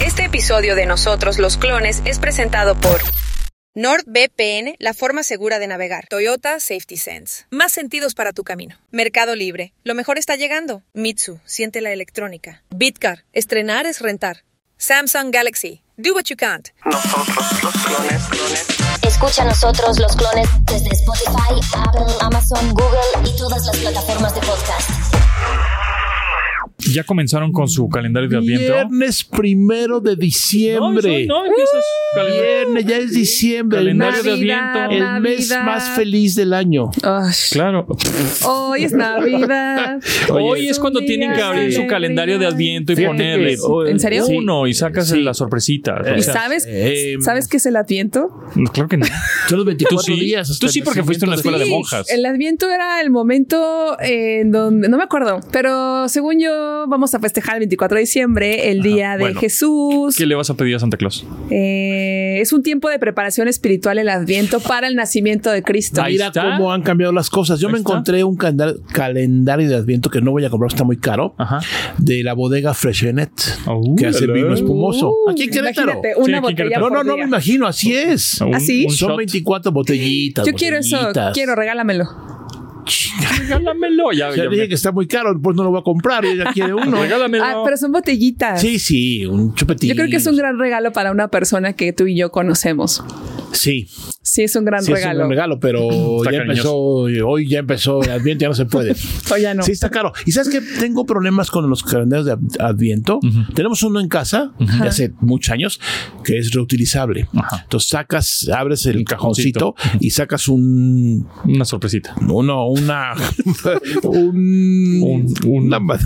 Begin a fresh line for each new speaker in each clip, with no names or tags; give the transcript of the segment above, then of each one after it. Este episodio de Nosotros los Clones es presentado por NordVPN, la forma segura de navegar. Toyota Safety Sense. Más sentidos para tu camino. Mercado Libre. Lo mejor está llegando. Mitsu, siente la electrónica. Bitcar. Estrenar es rentar. Samsung Galaxy. Do what you can't.
Nosotros los clones, clones.
Escucha a nosotros los clones desde Spotify, Apple, Amazon, Google y todas las plataformas de podcast.
Ya comenzaron con su calendario de adviento.
Viernes primero de diciembre.
No, no, no, que eso es calendario.
Viernes, ya es diciembre. el
Uh, Calendario de
mes-
Adviento.
el mes más feliz del año.
Claro.
Hoy es Navidad.
Hoy es cuando tienen que abrir su calendario de adviento y
Fíjate
ponerle
que-
oh,
¿En serio?
uno y sacas la sorpresita. O
¿Y
sea,
sabes,
eh,
sabes qué es el Adviento?
no, Claro que no.
Son los 24
Tú sí.
días. hasta
Tú
el
sí, porque fuiste a una escuela
nacimiento
de
Sí,
monjas.
El Adviento era el momento en donde, no me acuerdo, pero según yo vamos a festejar el 24 de diciembre, el día de
bueno.
Jesús.
¿Qué le vas a pedir a Santa Claus?
Eh, es un tiempo de preparación espiritual el Adviento para el nacimiento de Cristo.
Ahí
Mira
está.
cómo han cambiado las cosas. Yo
Ahí
me
está.
encontré un candar- calendario de adviento que no voy a comprar, está muy caro,
Ajá.
de la bodega Freshenet,
Oh,
que hace
la, la.
vino espumoso.
Uh,
Aquí en Querétaro.
Sí,
imagínate, una
aquí en
botella
Querétaro.
No, no,
por
no me
día.
imagino, así es.
Un-
¿Ah, sí?
un
Son
shot.
24 botellitas.
Yo quiero eso,
botellitas.
quiero, regálamelo.
Regálamelo. Ya,
Ya
ya
dije que está muy caro, pues no lo voy a comprar, ella quiere uno.
me- Regálamelo.
Ah, pero son botellitas.
Sí, sí, un chupetín.
Yo creo que es un gran regalo para una persona que tú y yo conocemos.
Sí,
Sí, es un gran
sí es un
regalo.
gran regalo, pero
Está
ya empezó, hoy ya empezó el Adviento, ya no se puede.
O ya no.
Sí, está caro. ¿Y sabes que tengo problemas con los calendarios de ad- Adviento? Tenemos uno en casa de hace muchos años que es reutilizable.
Ajá.
Entonces sacas, abres el
cajoncito.
cajoncito y sacas un
Una sorpresita.
uno, una un,
Un- un-
una ma-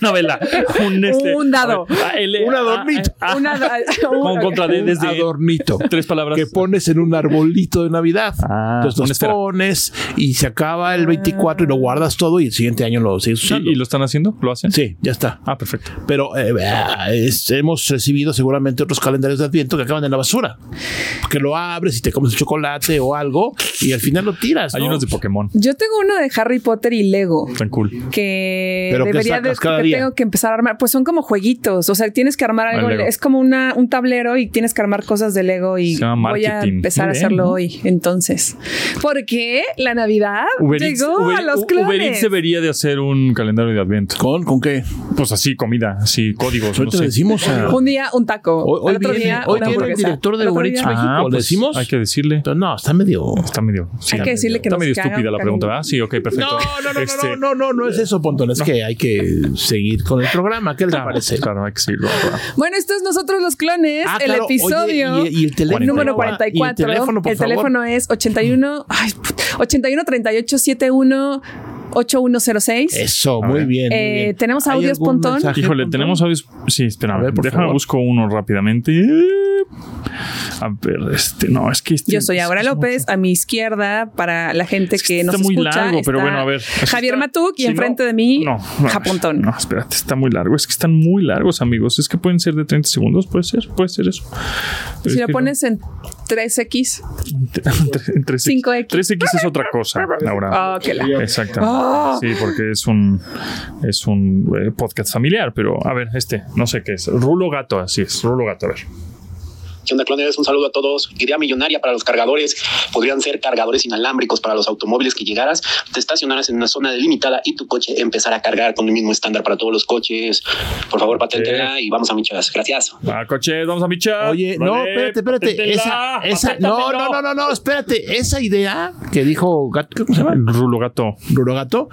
una vela. Un, este,
Un dado.
Ah, el-
Un
ah,
adornito.
ah, ah,
Una-
con contra de, desde
adornito.
tres palabras.
que pones en un arbolito de Navidad.
Ah,
Entonces
una
los
esfera.
pones y se acaba el 24 y lo guardas todo y el siguiente año lo sigues
Sí,
usando.
¿Y lo están haciendo? ¿Lo hacen?
Sí, ya está.
Ah, perfecto.
Pero eh, es- hemos recibido seguramente otros calendarios de Adviento que acaban en la basura. Que lo abres y te comes el chocolate o algo y al final lo tiras.
Hay
¿no?
unos de Pokémon.
Yo tengo uno de Harry Potter y Lego
Tan cool.
que
¿Pero qué
debería de
sacas cada
que
día?
tengo que empezar a armar. Pues son como jueguitos. O sea, tienes que armar
Ah,
algo.
Lego.
Es como una, un tablero y tienes que armar cosas de Lego y
Se llama
voy a
marketing.
empezar
Muy
a
bien,
hacerlo
¿no?
hoy. Entonces, porque la Navidad
Uber Eats-
llegó
Uber-
a los
U- Uber
clones.
Eats debería de hacer un calendario de adviento.
¿Con, ¿Con qué?
Pues así, comida, así, códigos.
Ahorita
No
le
sé.
decimos a-
Un día un taco.
Hoy- hoy
al otro
viene-
día
hoy viene
una
el
hamburguesa,
director de
al otro
Uber Eats
Ah,
día-
México. ¿le decimos?
pues, Hay que decirle.
No, está medio...
Está medio. sí,
Hay que decirle que
Está
nos
medio
caga
estúpida la
un
pregunta,
cariño.
¿verdad? Sí, ok, perfecto.
No, no, no, no,
Este,
no, no, no, no es eso, Pontón. Es que hay que seguir con el programa. ¿Qué les
Claro,
parece?
claro, hay que seguirlo. ¿verdad?
Bueno, esto es Nosotros los Clones,
Ah,
el
claro. Oye,
episodio.
y- y el teléfono.
número
Y el
44.
teléfono, por
El
favor.
teléfono es 81, ay, put- 81 38 71 8106.
Eso,
A
muy
ver.
bien, muy
Eh,
bien.
¿tenemos
¿Hay
audios,
algún
Pontón?
mensaje,
Híjole,
Pontón?
tenemos audios. Sí, espera,
A ver, por
déjame
favor.
busco uno rápidamente. A ver, este, no, es que este-
Yo soy Aura
es que es
López, a mi izquierda, para la gente
Es que
que nos
está muy
escucha.
largo, pero
está
bueno, a ver. Así
Javier
está.
Matuk y
Si no-
enfrente de mí,
No, no,
Japontón.
No, espérate, está muy largo. Es que están muy largos, amigos. Es que pueden ser de 30 segundos, puede ser, puede ser eso. Pero es
si lo
que no.
pones en 3X,
en 3X.
5X.
3X es otra cosa, Laura.
Ah, que la- Ah.
Exacto. Sí, porque es un es un eh, podcast familiar, pero a ver, este, no sé qué es. Rulo Gato, así es, Rulo Gato, a ver.
¿Qué onda, clones? Un saludo a todos. Idea millonaria para los cargadores. Podrían ser cargadores inalámbricos para los automóviles que llegaras, te estacionaras en una zona delimitada y tu coche empezara a cargar con el mismo estándar para todos los coches. Por favor, paténtela y vamos a michas. Gracias.
A coche, vamos a micha.
Oye, no,
Vale,
espérate, espérate. Esa,
paténtela,
esa, no, no, no, no, no, espérate. Esa idea que dijo Gato, ¿cómo se llama?
paténtela. Rulo Gato.
Rurogato,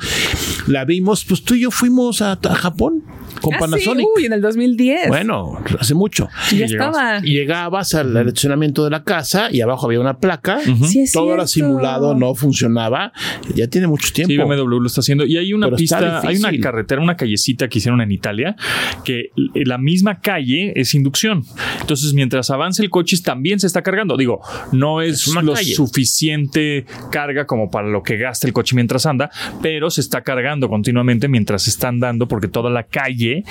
la vimos, pues tú y yo fuimos a, a Japón con
Ah, sí,
Panasonic.
uy, en el 2010.
Bueno, hace mucho.
sí,
ya
llegamos.
estaba.
Llegabas al estacionamiento de la casa y abajo había una placa.
Sí, es
Todo era
cierto.
simulado, no funcionaba. Ya tiene mucho tiempo.
Sí, BMW lo está haciendo. Y hay una
Pero está
pista, hay una
difícil.
carretera, una callecita que hicieron en Italia, que l- la misma calle es inducción. Entonces, mientras avance el coche, también se está cargando. Digo, no es,
Es una
lo
calle.
suficiente carga como para lo que gasta el coche mientras anda, pero se está cargando continuamente mientras está andando porque toda la calle,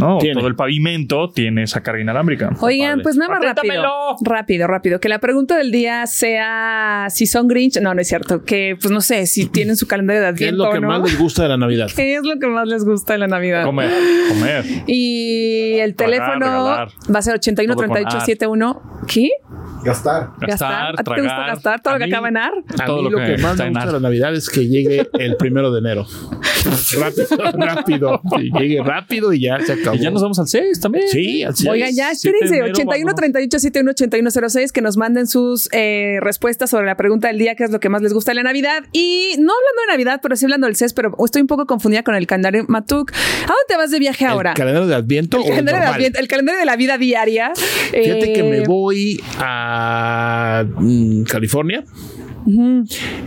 ¿no?
Tiene.
todo el pavimento tiene esa carga inalámbrica.
Oigan, pues nada más rápido.
¡Paténtamelo!
Rápido, rápido. Que la pregunta del día sea si son Grinch. No, no es cierto. Que pues no sé si tienen su calendario de
¿Qué es
adviento
lo que
o no.
más les gusta de la Navidad?
¿Qué es lo que más les gusta de la Navidad?
Comer, comer.
Y el
Pagar,
teléfono
regalar.
va a ser 81
Todo con
38 71. ¿Qué?
Gastar.
Gastar,
¿A ti te gusta
tragar.
gastar todo
A
lo que
mí-
acaba en ar?
A
Todo
mí
lo
lo
que
que, más me
está en
gusta de
ar.
la Navidad es que llegue el primero de enero. rápido, rápido. Que llegue rápido y ya se acabó.
Y ya nos vamos al 6 también.
Sí, así es.
Oigan,
7 de
ya, espérense,
enero,
81
vámonos.
38 71 81 06, que nos manden sus eh, respuestas sobre la pregunta del día, que es lo que más les gusta de la Navidad. Y no hablando de Navidad, pero sí hablando del CES, pero estoy un poco confundida con el calendario Matuk. ¿A dónde te vas de viaje ahora?
¿El calendario de Adviento o
El
el
calendario, de
normal?
Adviento- el calendario de la vida diaria.
Fíjate que
Eh,
me voy a mm, California.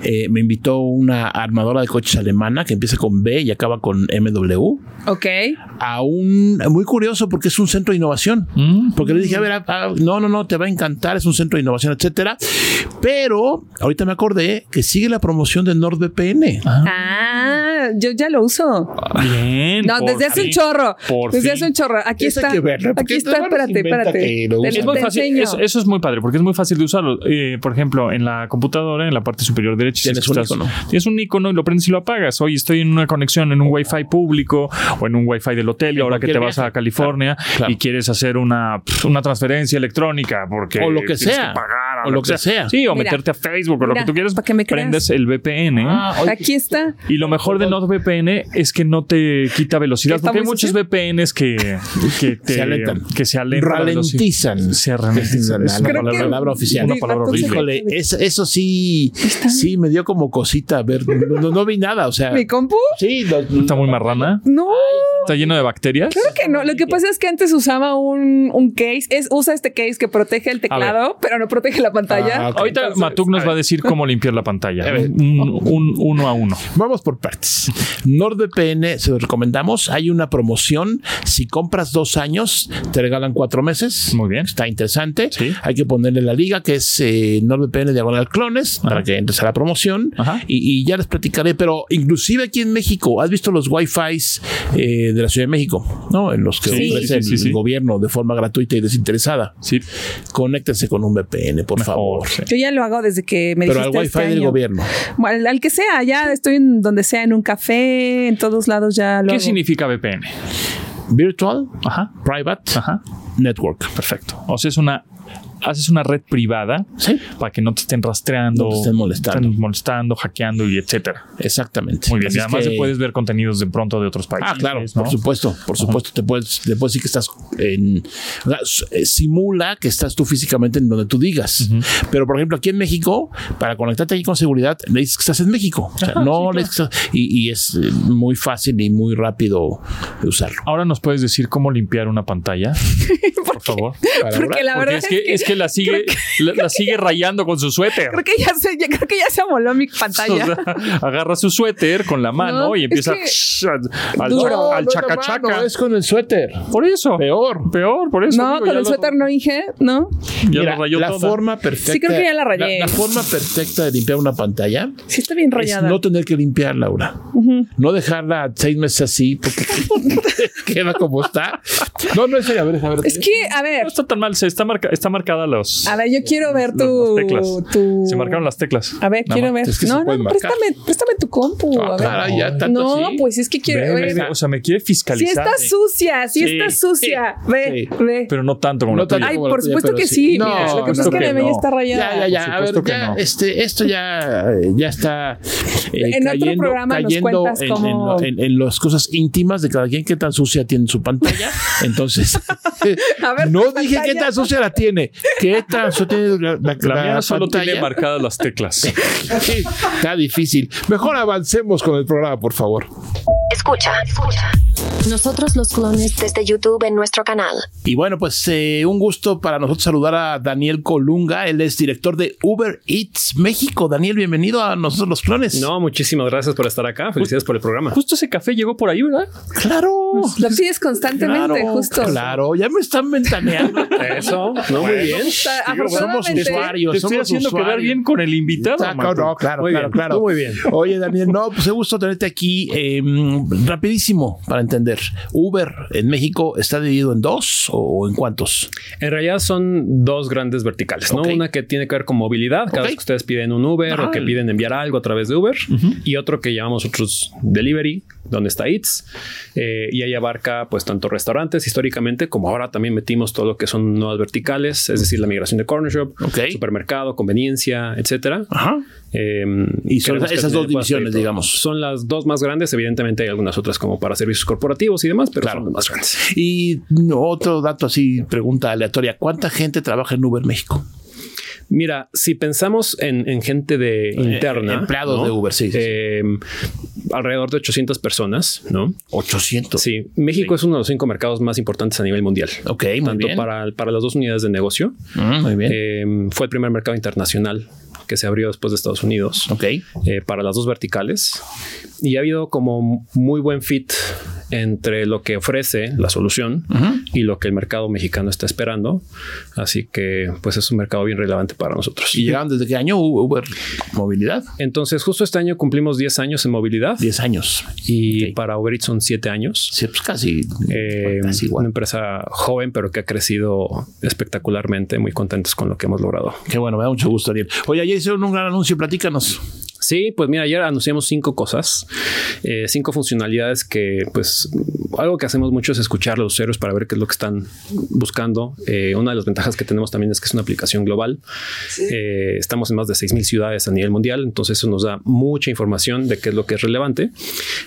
Eh, me invitó una armadora de coches alemana que empieza con B y acaba con MW.
Ok.
A un muy curioso porque es un centro de innovación.
Mm.
Porque le dije, a ver, ah, ah, no, no, no, te va a encantar, es un centro de innovación, etcétera. Pero ahorita me acordé que sigue la promoción de NordVPN.
Ah, yo ya lo uso.
Bien.
No,
por
desde hace un
fin.
chorro.
Por
Desde
fin.
hace un chorro. Aquí
Eso hay
está.
que verlo, porque
Aquí está,
luego nos
espérate,
inventa
espérate.
que lo
Te-
usan.
Es muy
te
fácil.
enseño.
Eso, eso es muy padre porque es muy fácil de usarlo. Eh, por ejemplo, en la computadora, en la parte superior derecha,
Tienes
si
un
estás-
icono.
Tienes un icono y lo prendes y lo apagas. Oye, estoy en una conexión en un Wi-Fi público o en un Wi-Fi del hotel y ahora que te
cualquier
vas
viaje.
a California
Claro, claro.
y quieres hacer una, pf, una transferencia electrónica porque
O lo que
tienes
sea.
pagar,
O lo que sea.
Sí, o
Mira.
meterte a Facebook o lo
Mira,
que tú quieras.
pa' que me creas. Ah,
prendes el VPN.
Ah,
Aquí está.
Y lo mejor de NordVPN es que no te quita velocidad,
¿Está
porque hay
muy
muchos
sucio?
VPNs que, que te,
Se alentan.
Que se alentan la velocidad.
Ralentizan.
Se ralentizan. Es una
Creo
palabra,
que-
palabra oficial.
Una palabra
Digo,
horrible.
Híjole, es- eso sí, sí me dio como cosita ver. No, no vi nada, o
Ah.
sea.
¿Mi compu?
Sí, lo-
Está muy marrana.
No.
Está lleno de bacterias.
Creo que no. Lo que pasa es que antes usaba un, un case. Es, usa este case que protege el teclado, pero no protege la pantalla.
Ah, ok.
Ahorita Matuk nos va a decir cómo limpiar la pantalla. Un- un- uno a uno.
Vamos por partes. NordVPN, se lo recomendamos. Hay una promoción. Si compras dos años, te regalan cuatro meses.
Muy bien.
Está interesante.
Sí.
Hay que ponerle la liga, que es eh, NordVPN diagonal clones, para que entres a la promoción.
Ajá.
Y, y ya les platicaré. Pero inclusive aquí en México, ¿has visto los Wi-Fis eh, de la Ciudad de México? ¿No? En los que
Sí.
ofrece
Sí, sí,
el
sí.
gobierno de forma gratuita y desinteresada.
Sí.
Conéctense con un VPN, por favor.
Mejor, sí.
Yo ya lo hago desde que me
Pero al
dijiste
Wi-Fi
este
del
año.
gobierno.
Bueno, al, al que sea, ya estoy en donde sea, en un café, en todos lados ya lo
¿Qué
hago.
significa VPN?
Virtual,
Ajá.
Private,
Ajá.
Network.
Perfecto. O sea, es una. Haces una red privada
Sí.
para que no te estén rastreando,
No te estén molestando.
estén molestando, hackeando y etcétera.
Exactamente.
Muy bien.
Así
Y
es
además
que-
te puedes ver contenidos de pronto de otros países.
Ah, claro,
¿no?
por supuesto, por supuesto. Te puedes, te puedes decir que estás en. o sea, s- eh, Simula que estás tú físicamente en donde tú digas. Pero, por ejemplo, aquí en México, para conectarte aquí con seguridad, le dices que estás en México. O sea, no le dices que estás- y, y es eh, muy fácil y muy rápido de usarlo.
Ahora nos puedes decir cómo limpiar una pantalla, por, favor.
Porque la
Porque
verdad
es que, es que la sigue, la, la sigue rayando con su suéter.
creo que ya se, ya- creo que ya se amoló mi pantalla.
O sea, agarra su suéter con la mano
No,
y
es
empieza
que-
a- al,
Duro.
al chacachaca.
es con el suéter.
Por eso.
Peor.
Peor, por eso.
no,
digo,
con
ya
el
lo-
suéter no Inge, ¿no?
ya lo
Mira,
rayó
la
toda.
forma perfecta.
Sí, creo que ya la rayé.
La, forma perfecta de limpiar una pantalla
Sí está bien
es
rayada.
no tener que limpiar, Laura. No dejarla seis meses así porque queda como está. No, no es serio. A ver, a ver.
Es que, a ver,
No está tan mal, se está, marca, está marcada los,
a ver, yo quiero ver
las- las
tu,
teclas.
tu-
Se marcaron las teclas.
A ver,
Nada
quiero
más.
ver.
es que se
no,
pueden
no,
marcar.
préstame, préstame tu compu.
Ah,
a ver.
Ah, Caray, ya tanto
No,
así.
pues es que quiero
Ve, ve,
ver.
ve, O sea, me quiere
Si
fiscalizar. eh,
está sucia, si
Sí.
está sucia. Ve,
Sí.
ve.
Pero no tanto como
No
la tuya.
tanto.
Ay,
como la
por
tuya,
supuesto
pero
que
sí.
sí.
No,
mira, lo que pasa es
supuesto
que la
que
mía
no.
está rayada.
Ya, ya, ya. A
Por
ver,
supuesto que
ya,
no.
este, esto ya, eh, ya está. eh,
En otro programa nos cuentas
en,
cómo-
en- en- en las cosas íntimas de cada quien, qué tan sucia tiene su pantalla. Entonces,
A ver,
no
tu
dije
pantalla.
qué tan sucia la tiene, qué tan sucia tiene la, la,
La mía
la
solo tiene
pantalla.
marcadas las teclas.
Sí, está difícil. Mejor avancemos con el programa, por favor.
Escucha, escucha. Nosotros los clones desde YouTube en nuestro canal.
Y bueno, pues eh, un gusto para nosotros saludar a Daniel Colunga. Él es director de Uber Eats México. Daniel, bienvenido a nosotros los clones.
No, muchísimas gracias por estar acá. Felicidades por el programa.
Justo ese café llegó por ahí, ¿verdad?
claro.
Lo pides constantemente,
claro,
justo.
Claro, ya me están ventaneando.
Eso, no,
Pues,
muy bien.
Está-
Digo, somos
afortunadamente-
usuarios.
Te estoy
somos
haciendo
usuarios.
quedar bien con el invitado.
Está-
Marco.
no, claro,
Muy
claro,
bien,
claro.
muy bien.
Oye, Daniel, no, pues es gusto tenerte aquí. eh, rapidísimo para entender. Uber en México está dividido en dos o, o en cuántos.
En realidad son dos grandes verticales, ¿no?
Ok.
Una que tiene que ver con movilidad, cada
Ok.
vez que ustedes piden un Uber
Ah.
o que piden enviar algo a través de Uber, y otro que llamamos otros delivery, donde está Eats, eh, y ahí abarca pues tanto restaurantes históricamente como ahora también metimos todo lo que son nuevas verticales, es decir, la migración de corner shop,
Ok.
supermercado, conveniencia, etcétera.
Ajá.
Eh,
Y son
queremos
esas
que al final
dos
puedas pedir
divisiones,
todo.
digamos.
Son las dos más grandes, evidentemente hay algunas otras como para servicios corporativos y demás, pero
Claro.
son las más grandes.
Y otro dato así, pregunta aleatoria. ¿Cuánta gente trabaja en Uber México?
Mira, si pensamos en, en gente de interna,
Eh, empleados de Uber, sí, sí, sí.
Eh, alrededor de 800 personas, ¿no?
800.
Sí, México es uno de los cinco mercados más importantes a nivel mundial.
Ok, muy
Tanto
bien.
para, para las dos unidades de negocio.
Mm, muy bien.
Eh, fue el primer mercado internacional que se abrió después de Estados Unidos
ok.
eh, para las dos verticales y ha habido como muy buen fit entre lo que ofrece la solución y lo que el mercado mexicano está esperando. Así que pues es un mercado bien relevante para nosotros.
¿Y llegaron desde qué año U- Uber Movilidad?
Entonces justo este año cumplimos 10 años en movilidad
10 años.
y
Ok.
para Uber Eats son 7 años.
Sí, pues casi,
Eh,
casi igual.
una empresa joven pero que ha crecido espectacularmente, muy contentos con lo que hemos logrado.
Qué bueno, me da mucho gusto, Ariel. Oye, ayer hicieron un gran anuncio, platícanos.
Sí, pues mira, ayer anunciamos cinco cosas, eh, cinco funcionalidades que, pues, algo que hacemos mucho es escuchar a los usuarios para ver qué es lo que están buscando. Eh, una de las ventajas que tenemos también es que es una aplicación global. Eh, estamos en más de 6.000 ciudades a nivel mundial, entonces eso nos da mucha información de qué es lo que es relevante.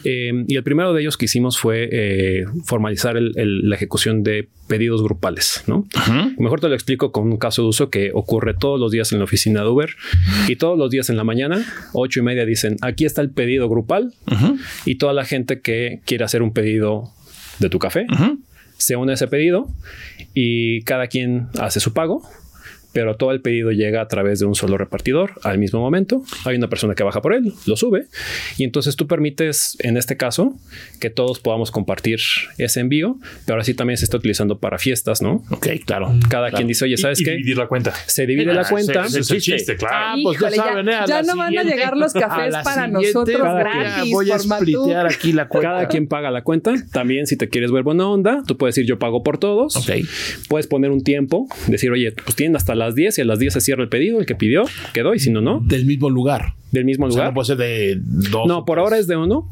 Eh, y el primero de ellos que hicimos fue eh, formalizar el- el- la ejecución de pedidos grupales, ¿no? Mejor te lo explico con un caso de uso que ocurre todos los días en la oficina de Uber y todos los días en la mañana, ocho y media, dicen aquí está el pedido grupal y toda la gente que quiere hacer un pedido de tu café se une a ese pedido y cada quien hace su pago. Pero todo el pedido llega a través de un solo repartidor al mismo momento. Hay una persona que baja por él, lo sube y entonces tú permites, en este caso, que todos podamos compartir ese envío. Pero ahora sí también se está utilizando para fiestas, ¿no?
Ok, Mm, claro.
Cada quien dice, oye,
Y-
¿sabes
y
qué?
dividir la cuenta.
Se divide la cuenta.
ese es el chiste, claro.
Ah, pues ya
Híjole, ya-
saben, eh, a
ya
la
no van a
siguiente-
llegar los cafés
a la
para
siguiente
nosotros
voy a-
gratis,
Voy a
por Matú.
splitear aquí la cuenta.
Cada quien paga la cuenta. También, si te quieres ver buena onda, tú puedes decir yo pago por todos.
Ok.
Puedes poner un tiempo, decir, oye, pues tienen hasta las 10 y a las 10 se cierra el pedido, el que pidió, quedó y si no, no,
Del mismo lugar.
del mismo
O sea,
lugar.
no puede ser de dos.
no, por ahora es de uno,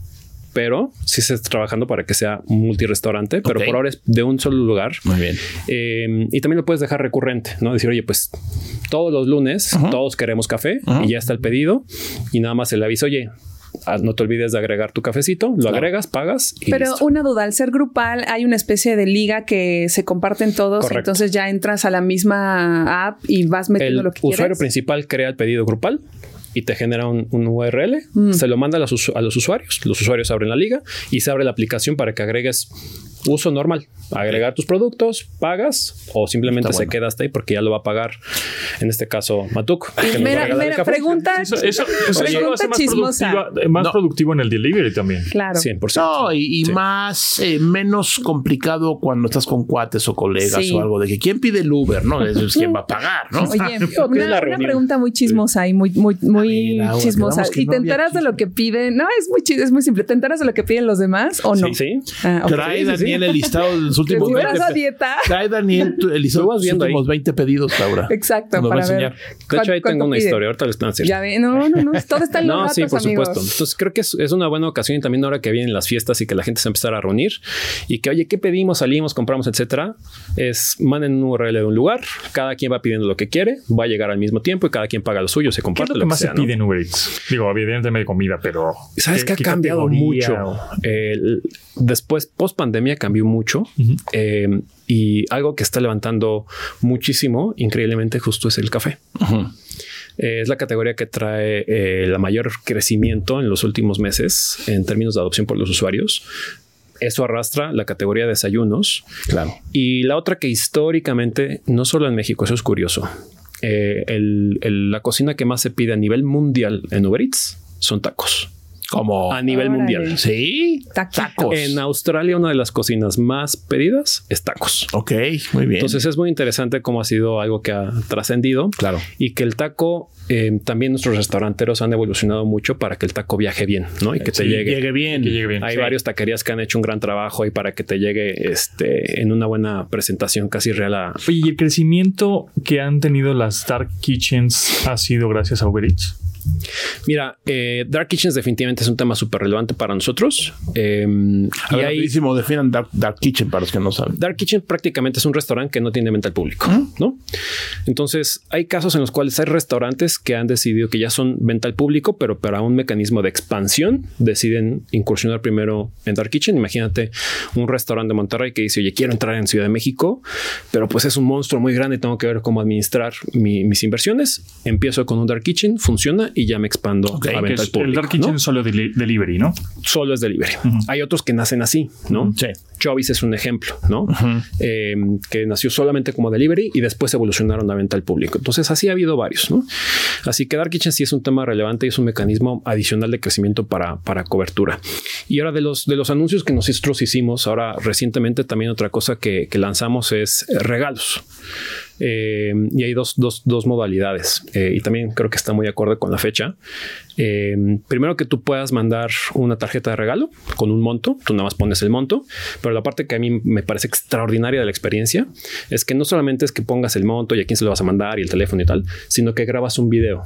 pero sí se está trabajando para que sea multirestaurante, pero
Ok.
por ahora es de un solo lugar.
Muy bien.
Eh, y también lo puedes dejar recurrente, ¿no? Decir, oye, pues todos los lunes todos queremos café y ya está el pedido y nada más se le avisa, oye, ah, no te olvides de agregar tu cafecito, lo agregas, pagas y
Pero
listo.
una duda, al ser grupal hay una especie de liga que se comparten todos,
Correcto.
entonces ya entras a la misma app y vas metiendo
el
lo que
usuario
quieres.
principal crea el pedido grupal y te genera un, un URL,
Mm.
se lo manda a los, usu- a los usuarios, los usuarios abren la liga y se abre la aplicación para que agregues uso normal, agregar tus productos, pagas o simplemente
Está
se
bueno.
queda hasta ahí porque ya lo va a pagar, en este caso Matuk. que nos va a
Mira,
regalar el
mira,
café.
pregunta,
Eso, eso, pues
pregunta
eso lo hace más,
chismosa.
productiva- eh, más
No.
productivo en el delivery también.
Claro.
100%.
No, y, y
Sí.
más, eh, menos complicado cuando estás con cuates o colegas
Sí.
o algo de que quién pide el Uber, ¿no? Es, es quién va a pagar, ¿no?
Oye,
Creo que es la
una, una
reunión.
pregunta muy chismosa y muy, muy, muy
Laura,
chismosa.
quedamos que
Y
no
te
había
enteras de lo
chisme.
que piden. No, es muy chis- es muy simple. ¿Te enteras de lo que piden los demás o no?
Sí, sí.
Ah, ok.
Trae Daniel el listado de los
Te
últimos
hubieras a
20
dieta.
Trae Daniel tu- el listado
Lo
de
vas
los
viendo ahí.
últimos 20 pedidos, Laura.
Exacto,
Nos va a
para ver.
enseñar.
De hecho, ahí
cuánto
tengo una
piden.
historia. Ahorita les planteo.
Ya ve, no, no, no. Todo está en los
No,
datos,
sí, por
amigos.
supuesto. Entonces creo que es, es una buena ocasión y también ahora que vienen las fiestas y que la gente se empezará a reunir y que, oye, ¿qué pedimos? Salimos, compramos, etcétera. Es manden un URL de un lugar, cada quien va pidiendo lo que quiere, va a llegar al mismo tiempo y cada quien paga lo suyo, se
¿Qué es
comparte
lo
lo
que
que
más
sea,
se
¿no?
pide en Uber Eats? Digo, evidentemente de comida, pero.
¿Sabes
¿qué-
que ha
qué
cambiado mucho?
categoría o-
El- después, post pandemia, cambió mucho. Eh, y algo que está levantando muchísimo, increíblemente, justo es el café. Eh, es la categoría que trae eh, la mayor crecimiento en los últimos meses en términos de adopción por los usuarios. eso arrastra la categoría de desayunos.
Claro.
Y la otra que históricamente, no solo en México, eso es curioso, eh, el- el- la cocina que más se pide a nivel mundial en Uber Eats son tacos.
Como.
A nivel
Órale.
mundial.
Sí.
Taquito.
Tacos.
En Australia una de las cocinas más pedidas es tacos.
Ok, muy bien.
Entonces es muy interesante cómo ha sido algo que ha trascendido.
Claro.
Y que el taco, eh, también nuestros restauranteros han evolucionado mucho para que el taco viaje bien, ¿no? Y que te
Sí,
llegue.
bien.
Que llegue bien.
Hay
Sí.
varios taquerías que han hecho un gran trabajo ahí para que te llegue este, en una buena presentación casi real a...
Oye, ¿y el crecimiento que han tenido las Dark Kitchens ha sido gracias a Uber Eats?
Mira, eh, Dark Kitchens definitivamente es un tema súper relevante para nosotros. Eh,
A
y
ver,
hay,
rapidísimo, definan Dark, Dark Kitchen para los que no saben.
Dark Kitchen prácticamente es un restaurante que no tiene venta al público, ¿no? Entonces, hay casos en los cuales hay restaurantes que han decidido que ya son venta al público, pero para un mecanismo de expansión deciden incursionar primero en Dark Kitchen. Imagínate un restaurante de Monterrey que dice, oye, quiero entrar en Ciudad de México, pero pues es un monstruo muy grande, tengo que ver cómo administrar mi- mis inversiones. Empiezo con un Dark Kitchen, funciona y ya me expando a
Que
venta al
es-
público.
el Dark Kitchen
¿no?
es solo deli- delivery, ¿no?
solo es delivery. Hay otros que nacen así, ¿no?
Sí.
Chovis es un ejemplo, ¿no? Eh, que nació solamente como delivery y después evolucionaron a venta al público. Entonces, así ha habido varios, ¿no? Así que Dark Kitchen sí es un tema relevante y es un mecanismo adicional de crecimiento para, para cobertura. Y ahora de los, de los anuncios que nosotros hicimos, ahora recientemente también otra cosa que, que lanzamos es eh, regalos. Eh, y hay dos, dos, dos modalidades eh, y también creo que está muy acorde con la fecha. Eh, primero que tú puedas mandar una tarjeta de regalo con un monto, tú nada más pones el monto, pero la parte que a mí me parece extraordinaria de la experiencia es que no solamente es que pongas el monto y a quién se lo vas a mandar y el teléfono y tal, sino que grabas un video.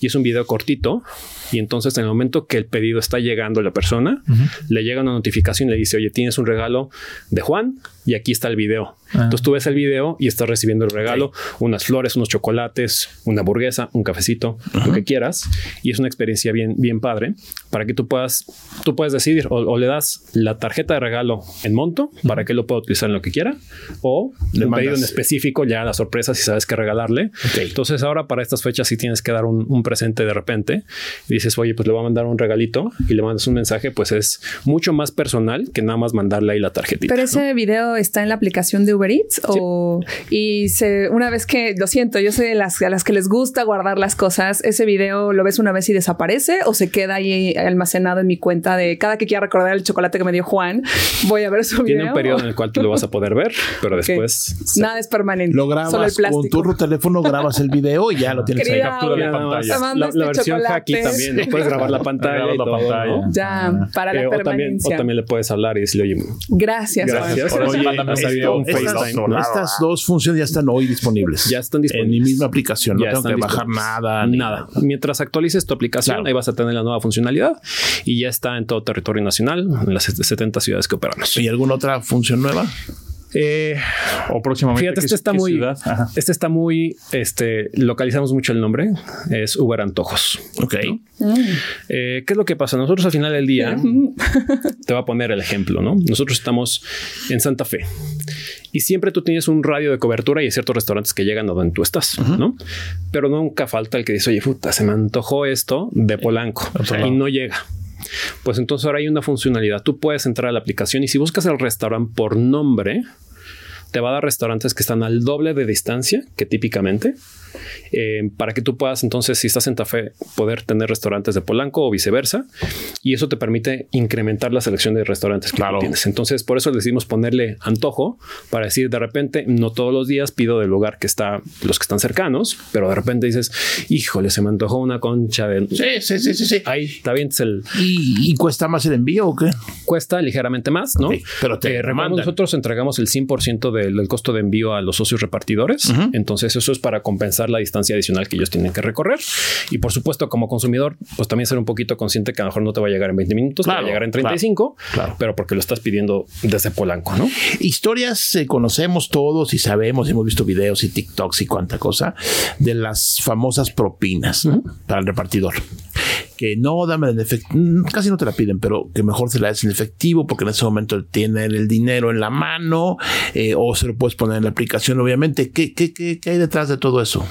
Y es un video cortito y entonces en el momento que el pedido está llegando a la persona, le llega una notificación y le dice, oye, tienes un regalo de Juan y aquí está el video. Entonces tú ves el video y estás recibiendo el regalo, unas flores, unos chocolates, una hamburguesa, un cafecito, lo que quieras. Y es una experiencia bien, bien padre para que tú puedas, tú puedes decidir o, o le das la tarjeta de regalo en monto para que él lo pueda utilizar en lo que quiera o
Le
le un pedido en
mandas.
específico ya la sorpresa si sabes qué regalarle. Entonces ahora para estas fechas si tienes que dar un, un presente de repente y dices, oye, pues le voy a mandar un regalito y le mandas un mensaje, pues es mucho más personal que nada más mandarle ahí la tarjetita.
Pero ese video está en la aplicación de Uber Eats o y se, una vez que lo siento, yo soy de las a las que les gusta guardar las cosas. Ese video lo ves una vez y desaparece o se queda ahí almacenado en mi cuenta de cada que quiera recordar el chocolate que me dio Juan, voy a ver su
Tiene
video.
un periodo en el cual tú lo vas a poder ver, pero
Ok.
después... se-
Nada es permanente.
Lo
solo el
grabas con
plástico.
tu ru- teléfono, grabas el video y ya lo tienes ahí.
Querida
captura de
Nada
Aura,
más
pantalla.
te
La,
mando
la
este
versión hacky
chocolate.
también. Puedes grabar la pantalla.
Grabas
y
la
todo,
pantalla.
¿no?
Ya, para
Eh,
la
o, también, o
permanencia.
también le puedes hablar y decirle, oye,
Gracias. Juan.
gracias.
Ahora sí,
Oye,
mándame
hasta
esto,
video, un
esto,
FaceTime.
Estas, estas dos funciones ya están hoy disponibles.
Ya están
En mi
disponibles.
misma aplicación. No
Ya
tengo que
están
bajar
disponibles.
nada. ni
Nada. Mientras actualices tu aplicación,
Claro.
ahí vas a tener la nueva funcionalidad y ya está en todo territorio nacional, en las 70 ciudades que operamos.
¿Y alguna otra función nueva?
Eh,
O próximamente.
fíjate,
¿qué-
este está
qué
muy,
ciudad? Ajá.
este está muy, este, localizamos mucho el nombre, es Uber Antojos.
Ok.
Eh, ¿Qué es lo que pasa? Nosotros al final del día, te voy a poner el ejemplo, ¿no? Nosotros estamos en Santa Fe y siempre tú tienes un radio de cobertura y hay ciertos restaurantes que llegan a donde tú estás, ¿no? Pero nunca falta el que dice, oye, puta, se me antojó esto de Polanco y no llega. Pues entonces ahora hay una funcionalidad. Tú puedes entrar a la aplicación y si buscas el restaurante por nombre, te va a dar restaurantes que están al doble de distancia que típicamente eh, para que tú puedas entonces, si estás en Santa Fe, poder tener restaurantes de Polanco o viceversa. Y eso te permite incrementar la selección de restaurantes que
Claro.
tú tienes. Entonces, por eso decidimos ponerle antojo para decir de repente, no todos los días pido del lugar que está, los que están cercanos, pero de repente dices, híjole, se me antojó una concha de...
Sí, sí, sí, sí. sí.
Ahí está bien, el,
¿Y, y cuesta más el envío o qué?
cuesta ligeramente más, ¿no? Eh,
Ok, pero te
recordemos,
mandan.
nosotros entregamos el 100% del, del costo de envío a los socios repartidores. Entonces, eso es para compensar la distancia adicional que ellos tienen que recorrer. Y por supuesto, como consumidor, pues también ser un poquito consciente que a lo mejor no te va a llegar en 20 minutos, te
Claro,
va a llegar en 35,
claro.
pero porque lo estás pidiendo desde Polanco, ¿no?
Historias eh, conocemos todos y sabemos, y hemos visto videos y TikToks y cuánta cosa de las famosas propinas para el repartidor. que no, dame en efectivo, casi no te la piden, pero que mejor se la des en efectivo porque en ese momento tiene el dinero en la mano eh, o se lo puedes poner en la aplicación, obviamente. ¿Qué, qué, qué, qué hay detrás de todo eso?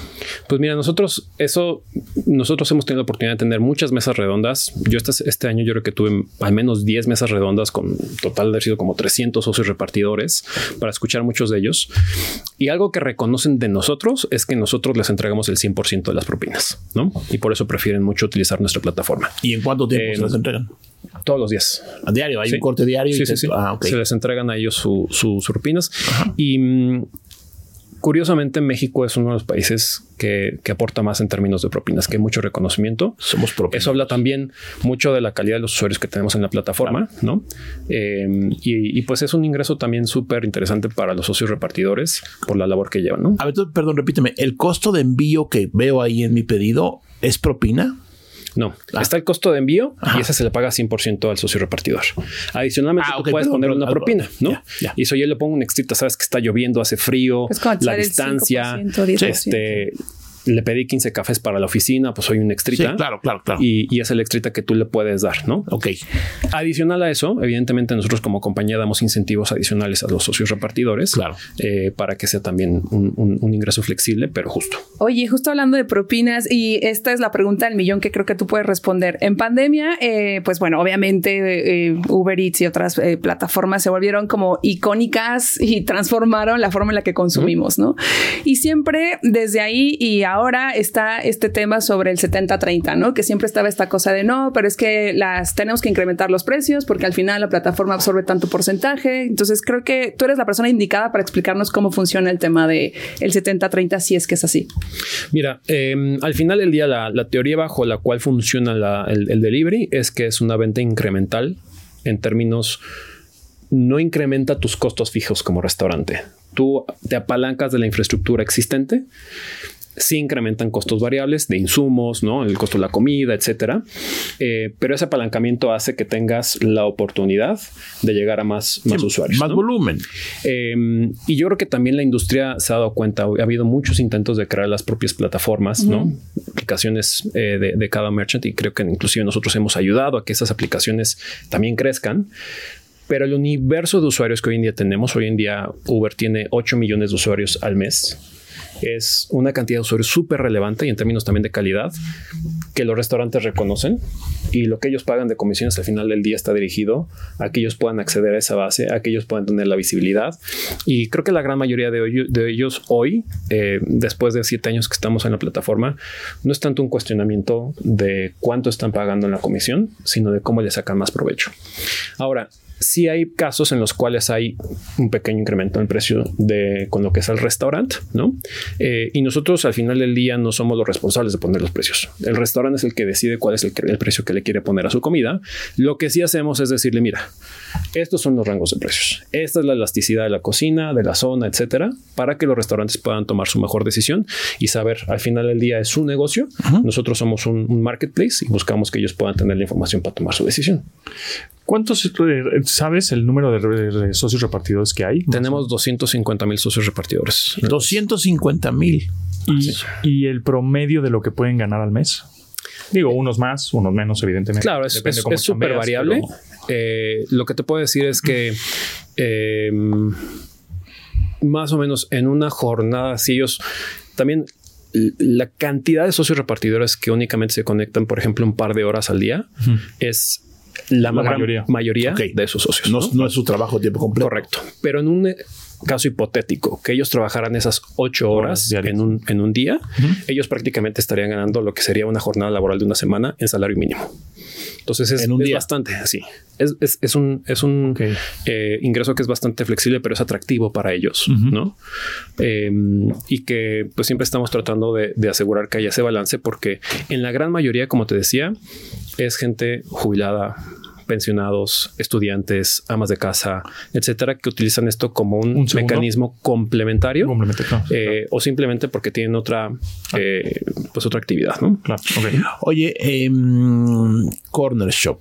Pues mira, nosotros, eso, nosotros hemos tenido la oportunidad de tener muchas mesas redondas. Yo este, este año yo creo que tuve al menos 10 mesas redondas con total de haber sido como 300 socios repartidores para escuchar muchos de ellos. Y algo que reconocen de nosotros es que nosotros les entregamos el 100% de las propinas, ¿no? Y por eso prefieren mucho utilizar nuestra plataforma.
¿Y en cuánto tiempo
Eh,
se las entregan?
Todos los días.
A diario, hay
Sí.
un corte diario.
Sí,
y
sí,
te-
sí.
Ah, ok.
Se les entregan a ellos su- su- sus propinas. Y mm, curiosamente, México es uno de los países que, que aporta más en términos de propinas, que hay mucho reconocimiento.
Somos propios.
Eso habla también mucho de la calidad de los usuarios que tenemos en la plataforma, ¿no? Eh, y, y, pues es un ingreso también súper interesante para los socios repartidores por la labor que llevan, ¿no?
A ver, tú, perdón, repíteme, el costo de envío que veo ahí en mi pedido es propina.
No,
Ah.
está el costo de envío y esa se le paga 100% al socio repartidor. Adicionalmente,
Ah,
tú
ok,
puedes
perdón,
poner
perdón,
una
perdón.
propina, ¿no?
Ya, ya.
Y eso yo le pongo un extrita, sabes que está lloviendo, hace frío,
Es como
la
el
distancia,
5%, 10%.
este, le pedí 15 cafés para la oficina, pues soy un extrita.
Sí, claro, claro, claro.
Y, y es el extrita que tú le puedes dar, ¿no?
Ok.
Adicional a eso, evidentemente nosotros como compañía damos incentivos adicionales a los socios repartidores
Claro.
eh, para que sea también un, un- un ingreso flexible, pero justo.
Oye, justo hablando de propinas, y esta es la pregunta del millón que creo que tú puedes responder. En pandemia, eh, pues bueno, obviamente eh, Uber Eats y otras eh, plataformas se volvieron como icónicas y transformaron la forma en la que consumimos, ¿no? Y siempre desde ahí y ahora está este tema sobre el 70-30, ¿no? Que siempre estaba esta cosa de no, pero es que las tenemos que incrementar los precios porque al final la plataforma absorbe tanto porcentaje. Entonces creo que tú eres la persona indicada para explicarnos cómo funciona el tema de el 70-30 si es que es así.
Mira, eh, al final del día la, la teoría bajo la cual funciona la- el, el delivery es que es una venta incremental en términos no incrementa tus costos fijos como restaurante. Tú te apalancas de la infraestructura existente sí incrementan costos variables de insumos, ¿no? El costo de la comida, etcétera. Eh, pero ese apalancamiento hace que tengas la oportunidad de llegar a más, más
Sí,
usuarios.
Más
¿no?
volumen.
Eh, y yo creo que también la industria se ha dado cuenta, ha habido muchos intentos de crear las propias plataformas, ¿no? Aplicaciones eh, de, de cada merchant y creo que inclusive nosotros hemos ayudado a que esas aplicaciones también crezcan. Pero el universo de usuarios que hoy en día tenemos, hoy en día Uber tiene 8 millones de usuarios al mes. Es una cantidad de usuarios súper relevante y en términos también de calidad que los restaurantes reconocen y lo que ellos pagan de comisiones al final del día está dirigido a que ellos puedan acceder a esa base, a que ellos puedan tener la visibilidad. Y creo que la gran mayoría de, hoy- de ellos hoy, eh, después de siete años que estamos en la plataforma, no es tanto un cuestionamiento de cuánto están pagando en la comisión, sino de cómo le sacan más provecho. Ahora, sí hay casos en los cuales hay un pequeño incremento en el precio de con lo que es el restaurante, ¿no? Eh, y nosotros al final del día no somos los responsables de poner los precios. El restaurante es el que decide cuál es el, que- el precio que le quiere poner a su comida. Lo que sí hacemos es decirle, mira, estos son los rangos de precios. Esta es la elasticidad de la cocina, de la zona, etcétera, para que los restaurantes puedan tomar su mejor decisión y saber al final del día es su negocio. Nosotros somos un- un marketplace y buscamos que ellos puedan tener la información para tomar su decisión.
¿Cuántos eh, sabes el número de re- re- socios repartidores que hay?
Tenemos 250 mil socios repartidores.
250 mil.
Y, y el promedio de lo que pueden ganar al mes. Digo, unos más, unos menos, evidentemente.
Claro, es-
Depende
es
cómo
es súper
chambeas,
variable.
pero-
Eh, lo que te puedo decir es que eh, más o menos en una jornada, si ellos también l- la cantidad de socios repartidores que únicamente se conectan, por ejemplo, un par de horas al día, es la,
La
gran
mayoría.
mayoría,
Ok.
de esos socios.
No,
¿no?
no es su trabajo a tiempo completo.
Correcto. Pero en un eh, caso hipotético, que ellos trabajaran esas ocho
Horas
horas
diarias.
en un, en un día, ellos prácticamente estarían ganando lo que sería una jornada laboral de una semana en salario mínimo. Entonces es,
En un
es
día.
bastante así. Es, es- es un, es un
Ok.
eh, ingreso que es bastante flexible, pero es atractivo para ellos,
Ujú.
¿no? Eh, y que pues siempre estamos tratando de, de asegurar que haya ese balance porque en la gran mayoría, como te decía, es gente jubilada, pensionados, estudiantes, amas de casa, etcétera, que utilizan esto como un,
Un segundo.
mecanismo complementario
Complemento, no, sí,
eh, o simplemente porque tienen otra, eh, pues otra actividad, ¿no?
Claro, ok.
Oye, em, Corner Shop.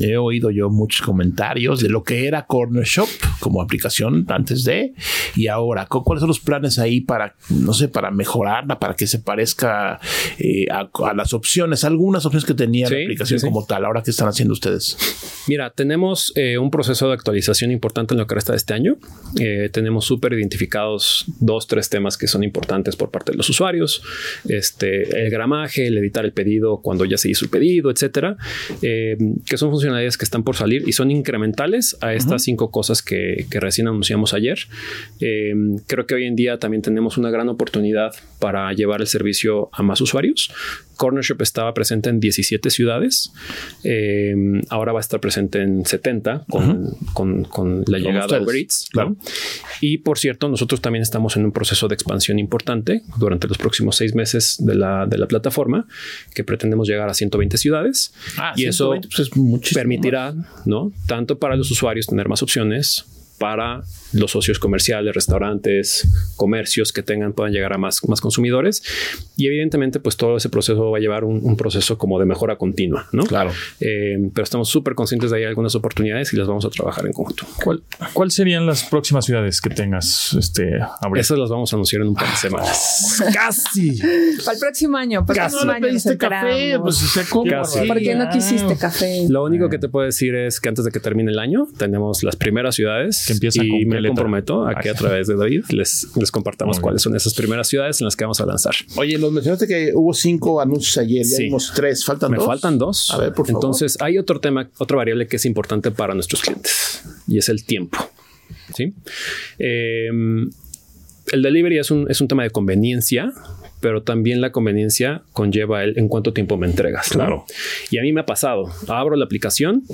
He oído yo muchos comentarios de lo que era Corner Shop como aplicación antes de y ahora. ¿Cu- ¿Cuáles son los planes ahí para, no sé, para mejorarla, para que se parezca eh, a, a las opciones, algunas opciones que tenía la
Sí,
aplicación
sí, sí.
como tal? Ahora, ¿qué están haciendo ustedes?
Mira, tenemos eh, un proceso de actualización importante en lo que resta de este año. Eh, tenemos súper identificados dos, tres temas que son importantes por parte de los usuarios. Este, el gramaje, el editar el pedido cuando ya se hizo el pedido, etcétera, eh, que son funcionalidades que están por salir y son incrementales a estas cinco cosas que, que recién anunciamos ayer. Eh, creo que hoy en día también tenemos una gran oportunidad para llevar el servicio a más usuarios. Corner Shop estaba presente en 17 ciudades. Eh, ahora va a estar presente en 70 con, con- con la llegada de
ustedes,
Uber Eats.
claro.
Y por cierto, nosotros también estamos en un proceso de expansión importante durante los próximos seis meses de la, de la plataforma, que pretendemos llegar a 120 ciudades. y eso
120, pues, es muchísimo.
permitirá, ¿no? Tanto para los usuarios tener más opciones, para los socios comerciales, restaurantes, comercios que tengan, puedan llegar a más, más consumidores. Y evidentemente, pues todo ese proceso va a llevar un, un proceso como de mejora continua, ¿no?
Claro.
Eh, pero estamos súper conscientes de ahí algunas oportunidades y las vamos a trabajar en conjunto.
¿Cuál, ¿Cuál serían las próximas ciudades que tengas este abrir?
Esas las vamos a anunciar en un par de semanas.
Casi.
Para el próximo año.
Pues,
Para el
Casi.
próximo
No le
año nos
pediste café.
enteramos.
Pues, o sea, ¿cómo?
Casi.
Sí.
¿Por qué no quisiste café?
Lo único que te puedo decir es que antes de que termine el año tenemos las primeras ciudades
Que empiezan
y
con qué
me
letra.
comprometo a que a través de David les, les compartamos
Muy bien.
cuáles son esas primeras ciudades en las que vamos a lanzar.
Oye, nos mencionaste que hubo cinco anuncios ayer. Ya
Sí.
vimos tres. Faltan
Me
dos.
faltan dos.
A ver, por favor.
Entonces hay otro tema, otra variable que es importante para nuestros clientes y es el tiempo. ¿sí? Eh, el delivery es un, es un tema de conveniencia, pero también la conveniencia conlleva el en cuánto tiempo me entregas. ¿no?
Claro.
Y a mí me ha pasado. Abro la aplicación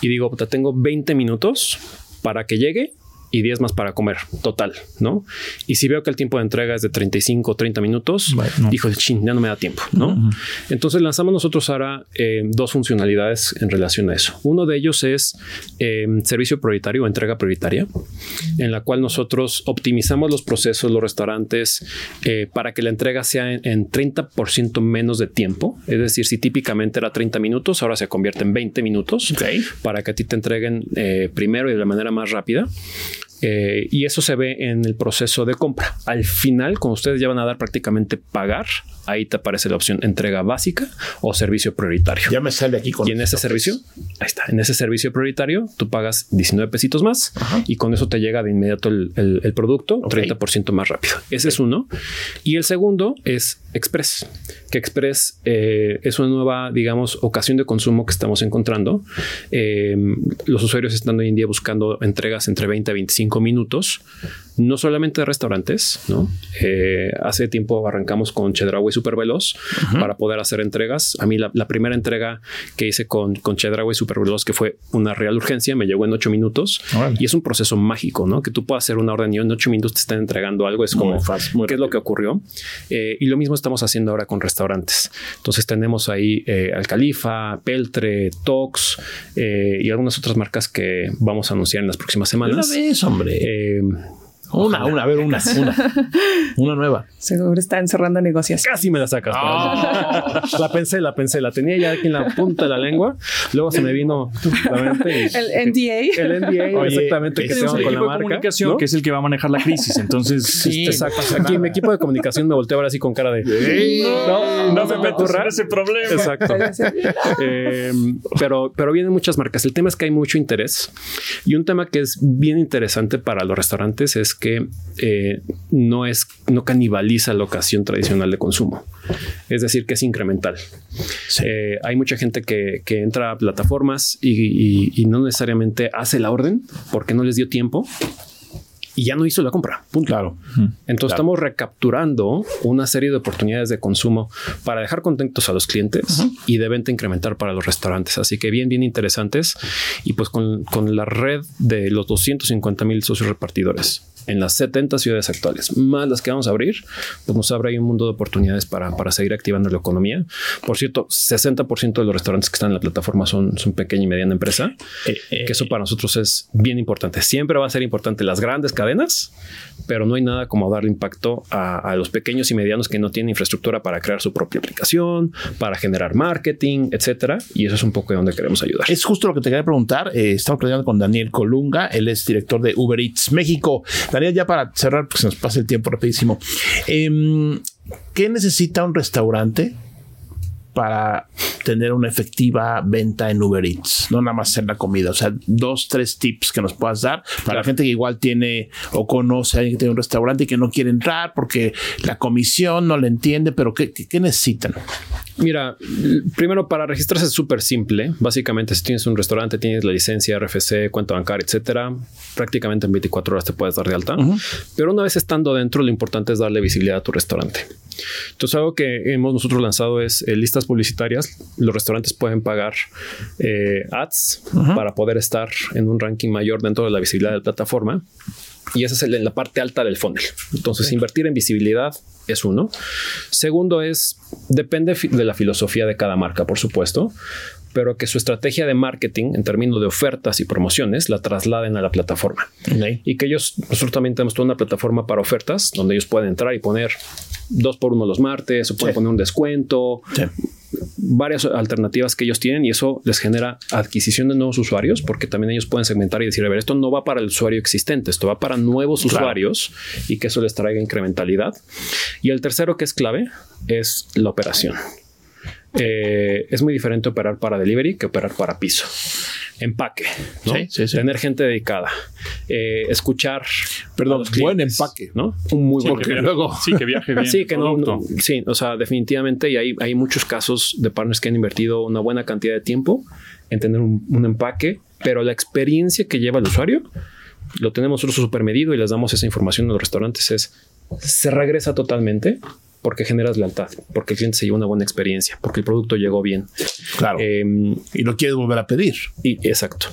y digo, puta, tengo 20 minutos para que llegue y 10 más para comer, total, ¿no? Y si veo que el tiempo de entrega es de 35 o 30 minutos,
Vale, no.
dijo, chin, ya no me da tiempo, ¿no? Entonces lanzamos nosotros ahora eh, dos funcionalidades en relación a eso. Uno de ellos es eh, servicio prioritario o entrega prioritaria, en la cual nosotros optimizamos los procesos, los restaurantes, eh, para que la entrega sea en, en 30% menos de tiempo. Es decir, si típicamente era 30 minutos, ahora se convierte en 20 minutos para que a ti te entreguen eh, primero y de la manera más rápida. Eh, y eso se ve en el proceso de compra. Al final, cuando ustedes ya van a dar prácticamente pagar, ahí te aparece la opción entrega básica o servicio prioritario.
Ya me sale aquí con. pues.
Y en ese servicio, ahí está, en ese servicio prioritario, tú pagas 19 pesitos más y con eso te llega de inmediato el, el- el producto 30% más rápido. Ese es uno. Y el segundo es Express, que Express eh, es una nueva, digamos, ocasión de consumo que estamos encontrando. Eh, los usuarios están hoy en día buscando entregas entre 20 a 25 minutos, no solamente de restaurantes, ¿no? Eh, hace tiempo arrancamos con Chedraui Super Veloz para poder hacer entregas. A mí la, la primera entrega que hice con, con Chedraui Super Veloz, que fue una real urgencia, me llegó en ocho minutos
Órale.
y es un proceso mágico, ¿no? Que tú puedas hacer una orden y en ocho minutos te están entregando algo, es como
Muy fácil, muy
qué es lo que ocurrió. Eh, y lo mismo estamos haciendo ahora con restaurantes. Entonces tenemos ahí eh, Al Califa, Peltre, Tox eh, y algunas otras marcas que vamos a anunciar en las próximas
Una
semanas.
vez, hombre.
Eh,
Una, una, a ver, una, una. Una nueva.
Seguro están cerrando negocios.
casi me la sacas.
Ah.
pero- la pensé, la pensé, la tenía ya aquí en la punta de la lengua. Luego se me vino la mente. y-
El NDA.
el NDA,
Oye,
exactamente, que
ese
tengo
es el
con
equipo
la
de
marca.
comunicación
¿no?
que es el que va a manejar la crisis. Entonces,
Sí.
este,
Exacto. Aquí mi equipo de comunicación me volteó ahora así con cara de.
no, no me metas en ese problema.
Exacto. Eh, pero, pero vienen muchas marcas. El tema es que hay mucho interés y un tema que es bien interesante para los restaurantes es que eh, no es, no canibaliza la ocasión tradicional de consumo. Es decir, que es incremental. Eh, hay mucha gente que, que entra a plataformas y- y- y no necesariamente hace la orden porque no les dio tiempo y ya no hizo la compra. Punto. Claro. Entonces estamos recapturando una serie de oportunidades de consumo para dejar contentos a los clientes y de venta incrementar para los restaurantes. Así que bien, bien interesantes. Y pues con, con la red de los 250 mil socios repartidores en las 70 ciudades actuales, más las que vamos a abrir, pues nos abre ahí un mundo de oportunidades para, para seguir activando la economía. Por cierto, 60% de los restaurantes que están en la plataforma son, son pequeña y mediana empresa, que eso para nosotros es bien importante. Siempre va a ser importante. Las grandes cadenas cadenas, pero no hay nada como darle impacto a, a los pequeños y medianos que no tienen infraestructura para crear su propia aplicación, para generar marketing, etcétera. Y eso es un poco de donde queremos ayudar.
Es justo lo que te quería preguntar. Eh, estamos platicando con Daniel Colunga. Él es director de Uber Eats México. Daniel, ya para cerrar, porque se nos pasa el tiempo rapidísimo. Em, ¿Qué necesita un restaurante para tener una efectiva venta en Uber Eats? No nada más hacer la comida. O sea, dos, tres tips que nos puedas dar para la gente que igual tiene o conoce a alguien que tiene un restaurante y que no quiere entrar porque la comisión no le entiende, pero ¿qué, qué- qué necesitan?
Mira, l- primero para registrarse es súper simple. Básicamente, si tienes un restaurante, tienes la licencia, RFC, cuenta bancaria, etcétera, prácticamente en 24 horas te puedes dar de alta. Pero una vez estando dentro, lo importante es darle visibilidad a tu restaurante. Entonces, algo que hemos nosotros lanzado es eh, listas publicitarias. Los restaurantes pueden pagar eh, ads para poder estar en un ranking mayor dentro de la visibilidad de la plataforma. Y esa es el- la parte alta del funnel. Entonces, invertir en visibilidad es uno. Segundo es, depende fi- de la filosofía de cada marca, por supuesto, pero que su estrategia de marketing en términos de ofertas y promociones la trasladen a la plataforma. Y que ellos, nosotros también tenemos toda una plataforma para ofertas donde ellos pueden entrar y poner dos por uno los martes o
Sí.
pueden poner un descuento,
Sí.
varias alternativas que ellos tienen y eso les genera adquisición de nuevos usuarios porque también ellos pueden segmentar y decir, a ver, esto no va para el usuario existente, esto va para nuevos
Claro.
usuarios y que eso les traiga incrementalidad. Y el tercero que es clave es la operación. Eh, es muy diferente operar para delivery que operar para piso. Empaque, ¿no?
Sí, sí, sí.
tener gente dedicada, eh, escuchar,
Perdón,
a los
buen
clientes,
empaque.
¿no? Un muy buen
Porque luego-
Sí, que viaje bien.
Sí,
el
que no, no-
producto.
sí, o sea, definitivamente y hay, hay muchos casos de partners que han invertido una buena cantidad de tiempo en tener un, un empaque, pero la experiencia que lleva el usuario lo tenemos nosotros supermedido y les damos esa información a los restaurantes es se regresa totalmente porque generas lealtad, porque el cliente se lleva una buena experiencia, porque el producto llegó bien.
Claro.
Em,
y lo quieres volver a pedir.
y, exacto.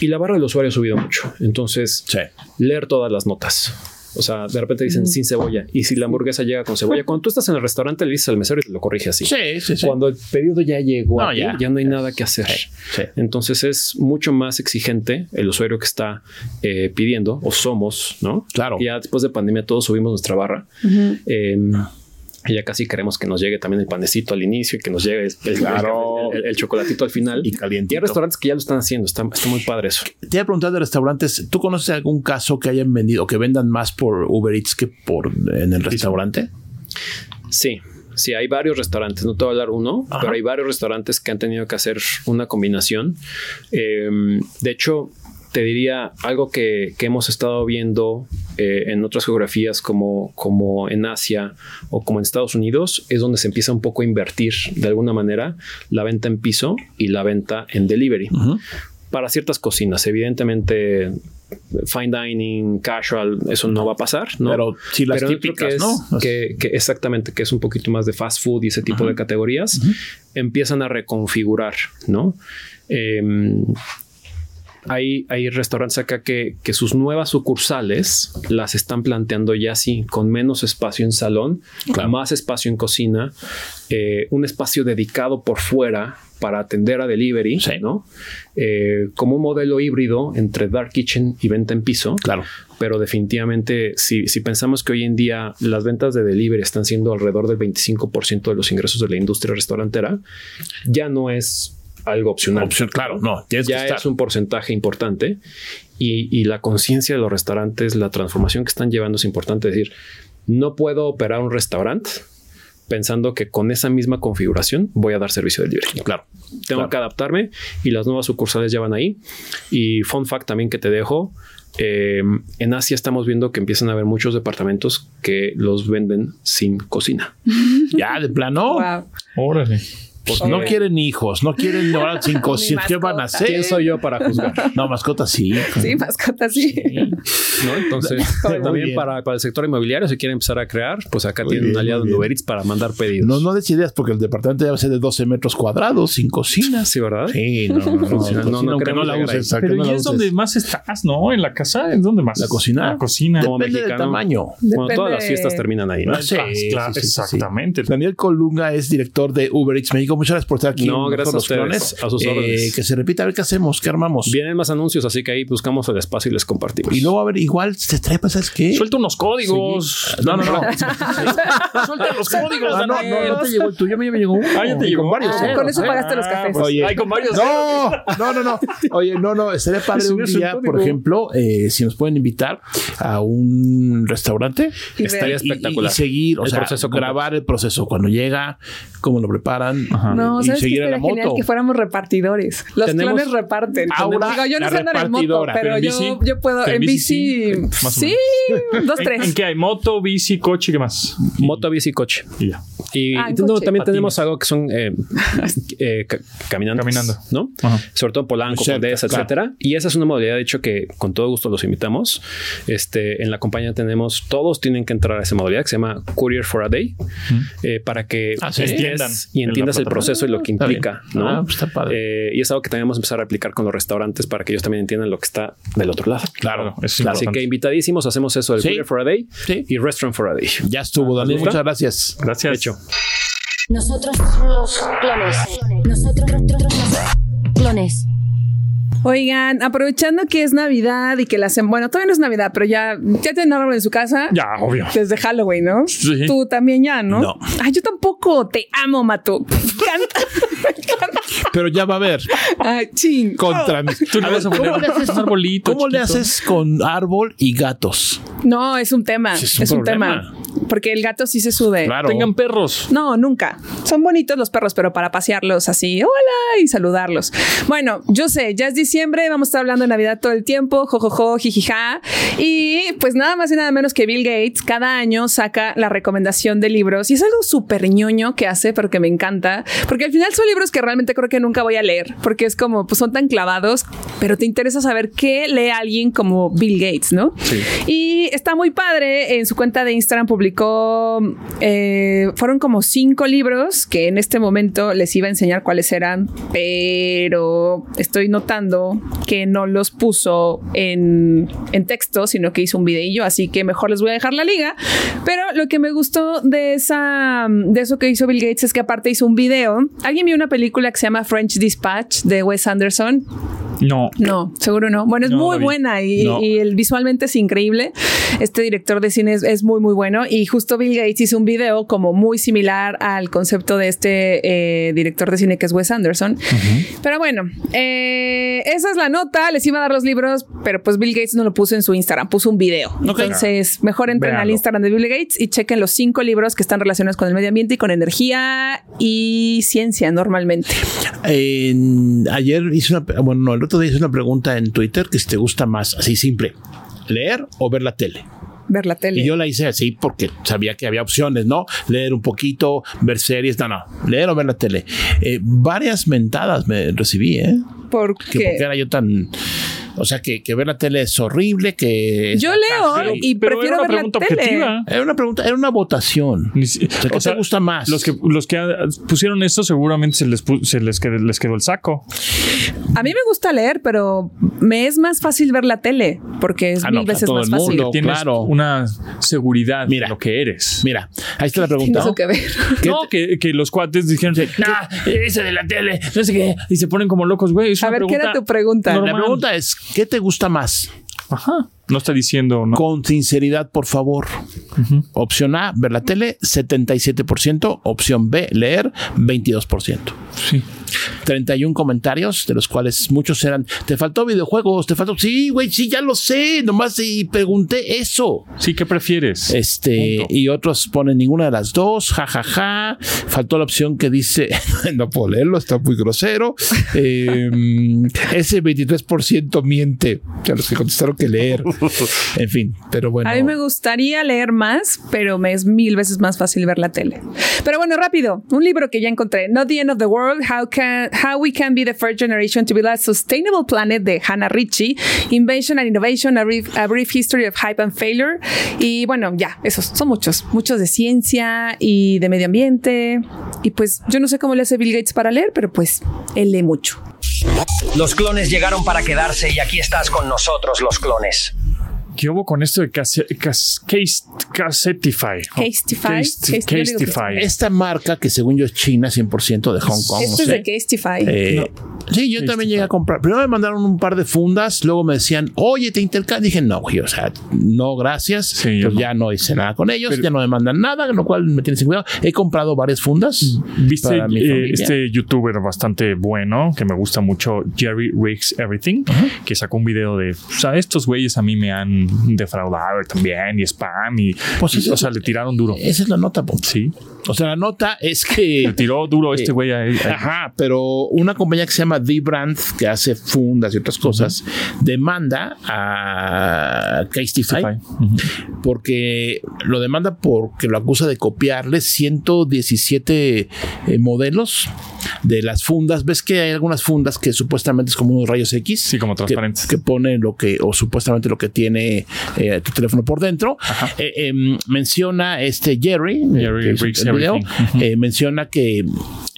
Y la barra del usuario ha subido mucho. Entonces,
Sí.
leer todas las notas. O sea, de repente dicen sin cebolla. Y si la hamburguesa llega con cebolla, cuando tú estás en el restaurante, le dices al mesero y te lo corrige así.
Sí, sí, sí.
Cuando el pedido ya llegó,
No,
a ti,
ya.
ya, no hay nada que hacer.
sí.
Entonces es mucho más exigente el usuario que está eh, pidiendo, o somos, ¿no?
Claro.
Ya después de pandemia todos subimos nuestra barra. Eh, y ya casi queremos que nos llegue también el panecito al inicio y que nos llegue el, el-
Claro.
el- el- el chocolatito al final.
Y calientito.
Y hay restaurantes que ya lo están haciendo. Está, está muy padre eso.
Te iba a preguntar de restaurantes. ¿Tú conoces algún caso que hayan vendido, que vendan más por Uber Eats que por en el restaurante?
Sí, sí, hay varios restaurantes, no te voy a hablar uno,
Ajá.
pero hay varios restaurantes que han tenido que hacer una combinación. Eh, de hecho, te diría algo que, que hemos estado viendo eh, en otras geografías como, como en Asia o como en Estados Unidos, es donde se empieza un poco a invertir de alguna manera la venta en piso y la venta en delivery para ciertas cocinas. Evidentemente, fine dining, casual, eso no va a pasar, ¿no?
Pero sí las
Pero en otro
típicas,
que es-
¿no?
Que, que exactamente, que es un poquito más de fast food y ese tipo de categorías, empiezan a reconfigurar, ¿no? Em, hay, hay restaurantes acá que, que sus nuevas sucursales las están planteando ya así, con menos espacio en salón, más espacio en cocina, eh, un espacio dedicado por fuera para atender a delivery,
Sí.
¿no? Eh, como un modelo híbrido entre dark kitchen y venta en piso.
Claro.
Pero definitivamente, si, si pensamos que hoy en día las ventas de delivery están siendo alrededor del 25% de los ingresos de la industria restaurantera, ya no es algo opcional
Opción, claro, no. Tienes que
ya
estar.
es un porcentaje importante y, y la conciencia de los restaurantes, la transformación que están llevando es importante. Es decir, no puedo operar un restaurante pensando que con esa misma configuración voy a dar servicio de delivery.
Claro.
Tengo
Claro.
que adaptarme y las nuevas sucursales ya van ahí. Y fun fact también que te dejo, eh, en Asia estamos viendo que empiezan a haber muchos departamentos que los venden sin cocina.
Ya de plano.
Wow.
Órale.
Pues no quieren hijos, no quieren ahora sin cocina. ¿Qué van a hacer?
¿Quién soy yo para juzgar?
No, mascota sí.
Sí, mascota, sí.
¿no? Entonces,
Muy
también
bien.
para, para el sector inmobiliario, si quieren empezar a crear, pues acá
Muy
tienen
bien,
un aliado
muy
en
bien.
Uber Eats para mandar pedidos.
No, no des ideas porque el departamento ya va a ser de 12 metros cuadrados sin cocina.
Sí, ¿verdad?
Sí, no, no, no,
Funciona. No, no
cocina, aunque no
queremos
la
llegar ahí.
uses. aunque
Pero
no
y
la
es
uses.
donde más estás, ¿no? En la casa, ¿es donde más?
¿La cocina?
La cocina.
Como
Depende del
mexicano.
tamaño.
Bueno,
Depende
todas las
de-
fiestas terminan ahí. ¿no?
Ah, sí,
Ah, claro,
sí, sí, sí, sí.
exactamente.
Daniel Colunga es director de Uber Eats México. muchas gracias por estar aquí.
No,
en
gracias
Nosotros
a
los
ustedes,
Clones.
a sus
Eh,
órdenes.
que se repita, a ver qué hacemos, qué armamos.
Vienen más anuncios, así que ahí buscamos el espacio y les compartimos.
Y luego, a ver, igual se trepa, ¿sabes qué?
Suelta unos códigos.
No, no, no.
Suelta los códigos.
Ah, no, no,
Daniel.
no te llegó el tuyo, a mí ya me llegó uno.
Ah, ya te
Y
llegó.
Con varios.
Ah,
¿eh?
con eso pagaste los
Ah,
cafés.
pues,
Oye.
Ay, con varios.
No, no, no, no. Oye, no, no, estaría padre
Ese
un
no es el
día, por
código.
ejemplo, eh, si nos pueden invitar a un restaurante
Y
Estaría
ver.
y- y-
espectacular.
y seguir, o
El
sea,
proceso completo.
grabar el proceso cuando llega, cómo lo preparan
No,
y,
¿sabes qué
seguir a la
estaría genial?
moto.
Que fuéramos repartidores. Los
Tenemos-
clones reparten.
Ahora,
Digo, yo no
la
sé andar en moto,
repartidora,
pero
pero en
yo,
bici.
yo puedo.
Pero
En
en
bici, pues,
bici sí, más o
sí, dos,
¿En, en
tres.
qué hay? ¿Moto, bici, coche? ¿Qué más?
Moto, bici, coche.
Y ya.
Y
Ah, en
no,
coche.
también
Patines.
tenemos algo que son eh, eh, ca- caminantes,
Caminando.
¿no?
Ajá.
Sobre todo Polanco,
Cierto,
Condesa,
claro.
etcétera. Y esa es una modalidad, de hecho, que con todo gusto los invitamos. Este, en la compañía tenemos, todos tienen que entrar a esa modalidad que se llama Courier for a Day, eh, para que
Ah, sí.
estés
Entiendan
y
en la
entiendas el
plataforma.
proceso y lo que
Está bien.
implica, ¿no?
Ah, pues está padre.
Eh, y es algo que también vamos a empezar a aplicar con los restaurantes para que ellos también entiendan lo que está del otro lado.
Claro.
Eso es
Así
importante.
que invitadísimos, hacemos eso del
Sí.
Courier for a Day
Sí.
y Restaurant for a Day.
Ya estuvo, Daniel.
¿Listo?
Muchas gracias.
Gracias.
Hecho.
Nosotros los clones. Nosotros los clones.
Oigan, aprovechando que es Navidad y que la hacen, bueno, todavía no es Navidad, pero ya, ya tienen árbol en su casa.
Ya, obvio.
Desde Halloween, ¿no?
Sí.
Tú también ya, ¿no?
No.
Ay, yo tampoco. Te amo, Mato. Me encanta. Me encanta.
Pero ya va a haber
Ay, ching.
contra mí.
Tú no vas a poner un arbolito.
¿Cómo le
chiquito.
haces con árbol y gatos?
No, es un tema.
Sí,
es
es
un,
un
tema. Porque el gato sí se sube.
Claro.
Tengan perros.
No, nunca. Son bonitos los perros, pero para pasearlos así, hola y saludarlos. Bueno, yo sé, ya es diciembre, vamos a estar hablando de Navidad todo el tiempo, jojojo, jijija. Y pues nada más y nada menos que Bill Gates cada año saca la recomendación de libros y es algo súper ñoño que hace, pero que me encanta, porque al final son libros que realmente creo que nunca voy a leer, porque es como, pues son tan clavados, pero te interesa saber qué lee alguien como Bill Gates, ¿no? Y está muy padre. En su cuenta de Instagram publicó, eh, fueron como cinco libros que en este momento les iba a enseñar cuáles eran, pero estoy notando que no los puso en, en texto, sino que hizo un videillo. Así que mejor les voy a dejar la liga. Pero lo que me gustó de esa, de eso que hizo Bill Gates es que aparte hizo un video. Alguien vio una película que se llama French Dispatch de Wes Anderson.
No.
No, seguro no. Bueno, es
No,
muy
David.
buena y,
No.
y el visualmente es increíble. Este director de cine es, es muy, muy bueno. Y justo Bill Gates hizo un video como muy similar al concepto de este eh, director de cine que es Wes Anderson. Pero bueno, eh, esa es la nota. Les iba a dar los libros, pero pues Bill Gates no lo puso en su Instagram, puso un video. Entonces, mejor entren al
Véanlo.
Instagram de Bill Gates y chequen los cinco libros que están relacionados con el medio ambiente y con energía y ciencia normalmente.
En- ayer hice una, bueno, no, el otro día hice una pregunta en Twitter que si te gusta más, así simple, leer o ver la tele.
Ver la tele.
Y yo la hice así porque sabía que había opciones, ¿no? Leer un poquito, ver series, no, no, leer o ver la tele. Eh, varias mentadas me recibí, ¿eh? Que
porque
porque era yo tan... O sea, que, que ver la tele es horrible, que... es
Yo
la
leo
paja
y
Pero era una
prefiero ver la
pregunta
tele.
objetiva.
Era una pregunta, era una votación.
Ni si-
sea, ¿qué te gusta más?
Los que, los que ah, pusieron esto seguramente se les, pu- se les, qued- les quedó el saco.
A mí me gusta leer, pero me es más fácil ver la tele porque es
Ah, no,
mil
a
veces
todo
más
el
fácil.
mundo. No,
Tienes
claro.
una seguridad
Mira.
de lo que eres.
Mira, ahí está la pregunta.
Tienes que ver.
No, que, que los cuates dijeron, nah, ese de la tele, no sé qué, y se ponen como locos, güey. es
A
una
ver, ¿qué era tu pregunta?
La
normal.
pregunta es, ¿qué te gusta más?
Ajá. No está diciendo, ¿no?
Con sinceridad, por favor. Opción A, ver la tele, 77%. Opción B, leer, 22%.
Sí.
31 comentarios, de los cuales muchos eran, te faltó videojuegos, te faltó... Sí, güey, sí, ya lo sé, nomás y pregunté eso.
Sí, ¿qué prefieres?
Este,
Punto.
y otros ponen ninguna de las dos, jajaja. Faltó la opción que dice, no puedo leerlo, está muy grosero. Eh, ese 23% miente a los que contestaron que leer. En fin, pero bueno.
A mí me gustaría leer más, pero me es mil veces más fácil ver la tele. Pero bueno, rápido, un libro que ya encontré, Not the End of the World, How, Can- How We Can Be the First Generation to Build a Sustainable Planet de Hannah Ritchie, Invention and Innovation, a brief, A Brief History of Hype and Failure. Y bueno, ya, esos son muchos, muchos de ciencia y de medio ambiente. Y pues yo no sé cómo le hace Bill Gates para leer, pero pues él lee mucho.
Los clones llegaron para quedarse y aquí estás con nosotros, los clones.
¿Qué hubo con esto de case- cas- case- Casetify?
Castify.
Case-
Case- yo digo que-
Castify.
Esta marca que según yo es China 100% de Hong Kong. no
Esto Este es
sé.
de Castify.
Eh, Sí, yo
Sí,
también
sí,
llegué a comprar. Primero me mandaron un par de fundas, luego me decían, oye, te intercambio. Dije, no, güey, o sea, no, gracias.
Sí, yo
pues
no.
ya no hice nada con ellos,
Pero-
ya no me mandan nada, lo cual me tiene sin cuidado. He comprado varias fundas.
Viste
para mi
eh,
familia.
este youtuber bastante bueno que me gusta mucho, Jerry Rigs Everything, que sacó un video de, o sea, estos güeyes a mí me han defraudado también y spam y,
Pues
y,
eso-
o sea, le tiraron duro.
Esa es la nota, po.
Sí,
O sea, la nota es que.
le tiró duro este güey a, a-
Ajá, pero una compañía que se llama D-Brand, que hace fundas y otras cosas, demanda a Castify
Ujú.
porque lo demanda porque lo acusa de copiarle 117 eh, modelos de las fundas. ¿Ves que hay algunas fundas que supuestamente es como unos rayos X?
Sí, como
que-
transparentes.
Que, pone lo que, o supuestamente lo que tiene eh, tu teléfono por dentro. Eh, em, menciona este Jerry, eh,
Jerry
que hizo
Riggs
el video,
Everything.
eh, menciona que,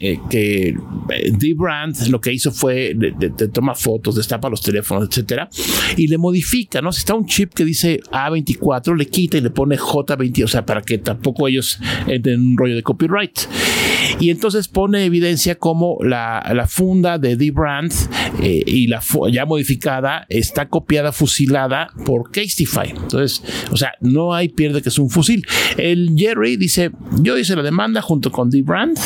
eh, que eh, D-Brand lo que hizo fue, le- le- te toma fotos, destapa los teléfonos, etcétera, y le modifica, ¿no? Si está un chip que dice A24, le quita y le pone J20, o sea, para que tampoco ellos entren en un rollo de copyright. Y entonces pone evidencia como la, la funda de D-Brand eh, y la fu- ya modificada está copiada, fusilada por Castify. Entonces, o sea, no hay pierde que es un fusil. El Jerry dice, yo hice la demanda junto con D-Brand,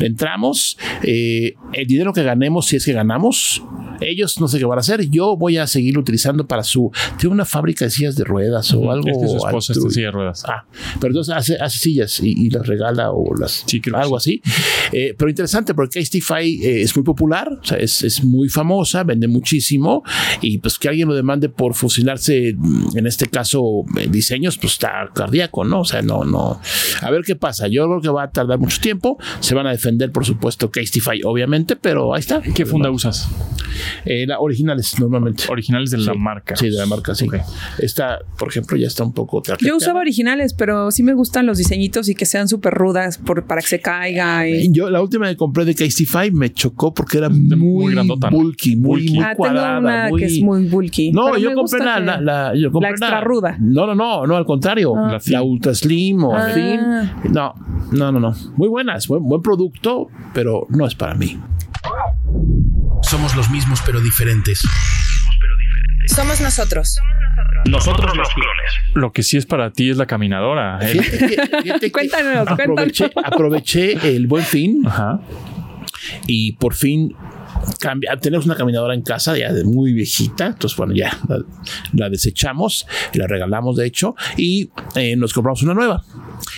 le entramos, eh, el dinero que ganemos, si es que ganamos, ellos no sé qué van a hacer, yo voy a seguir utilizando para su... Tiene una fábrica de sillas de ruedas o algo.
Este Es que su esposa está
altru-
en silla de ruedas.
Ah, pero entonces hace, hace sillas y, y las regala o las
Sí, creo que
algo así. Eh, pero interesante porque Castify eh, es muy popular, o sea, es, es muy famosa, vende muchísimo y pues que alguien lo demande por fusilarse, mm, en este caso, eh, diseños, pues está cardíaco, ¿no? O sea, no, no. A ver qué pasa. Yo creo que va a tardar mucho tiempo. Se van a defender, por supuesto, Castify, obviamente, pero ahí está.
¿Qué funda usas?
Eh, la- originales, normalmente.
Originales de la
Sí.
marca.
Sí, de la marca, sí.
Ok.
Esta, por ejemplo, ya está un poco
Yo
tarjeteada.
usaba originales, pero sí me gustan los diseñitos y que sean súper rudas por, para que se caiga. Y...
Yo la última que compré de Castify me chocó porque era muy,
muy grandota, ¿no?
bulky, muy,
Bulky.
muy
Ah,
cuadrada.
tengo una
muy-
que es muy bulky.
No,
pero
yo
me
compré,
gusta
la,
que-
la, la- yo compré
la extra
la-
ruda.
No, no, no, no, al contrario.
Ah.
La, la Ultra Slim o
Ah.
Slim. No, no, no, no. Muy buenas, buen, buen producto, pero no es para mí.
Somos los mismos pero diferentes.
Somos nosotros.
Nosotros los clones.
Lo que sí es para ti es la caminadora. ¿eh?
Fíjate que- fíjate que
Cuéntanos, cuéntanos.
aproveché, aproveché el buen fin
Ajá.
y por fin cambia- tenemos una caminadora en casa ya de muy viejita, entonces bueno, ya la, la desechamos, la regalamos de hecho y eh, nos compramos una nueva.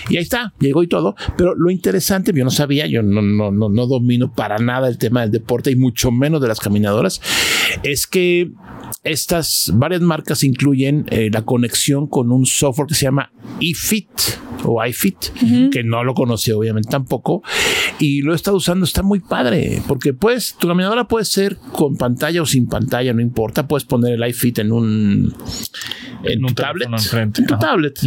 Y ahí está, llegó y todo, pero lo interesante, yo no sabía, yo no, no, no, no domino para nada el tema del deporte y mucho menos de las caminadoras, es que estas varias marcas incluyen eh, la conexión con un software que se llama iFit o iFit, que no lo conocí obviamente tampoco, y lo he estado usando, está muy padre, porque pues tu caminadora puede ser con pantalla o sin pantalla, no importa, puedes poner el iFit en un en,
En un
tu
teléfono
tablet,
enfrente,
en tu
ajá.
tablet.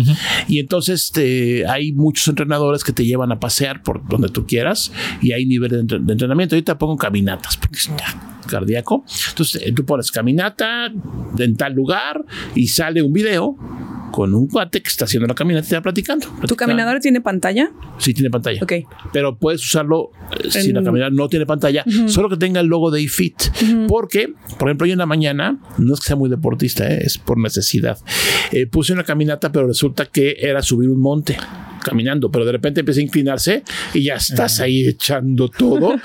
Y entonces este, hay muchos entrenadores que te llevan a pasear por donde tú quieras y hay nivel de, entre- de entrenamiento. Ahorita pongo caminatas porque está cardíaco. Entonces eh, tú pones caminata en tal lugar y sale un video con un cuate que está haciendo la caminata y te va platicando.
¿Tu
platicando.
caminadora tiene pantalla?
Sí, tiene pantalla
Ok.
pero puedes usarlo eh, si la
En-
caminadora no tiene pantalla, solo que tenga el logo de iFit. Porque, por ejemplo, yo en la mañana, no es que sea muy deportista, eh, es por necesidad. Eh, puse una caminata, pero resulta que era subir un monte caminando, pero de repente empecé a inclinarse y ya estás ahí echando todo,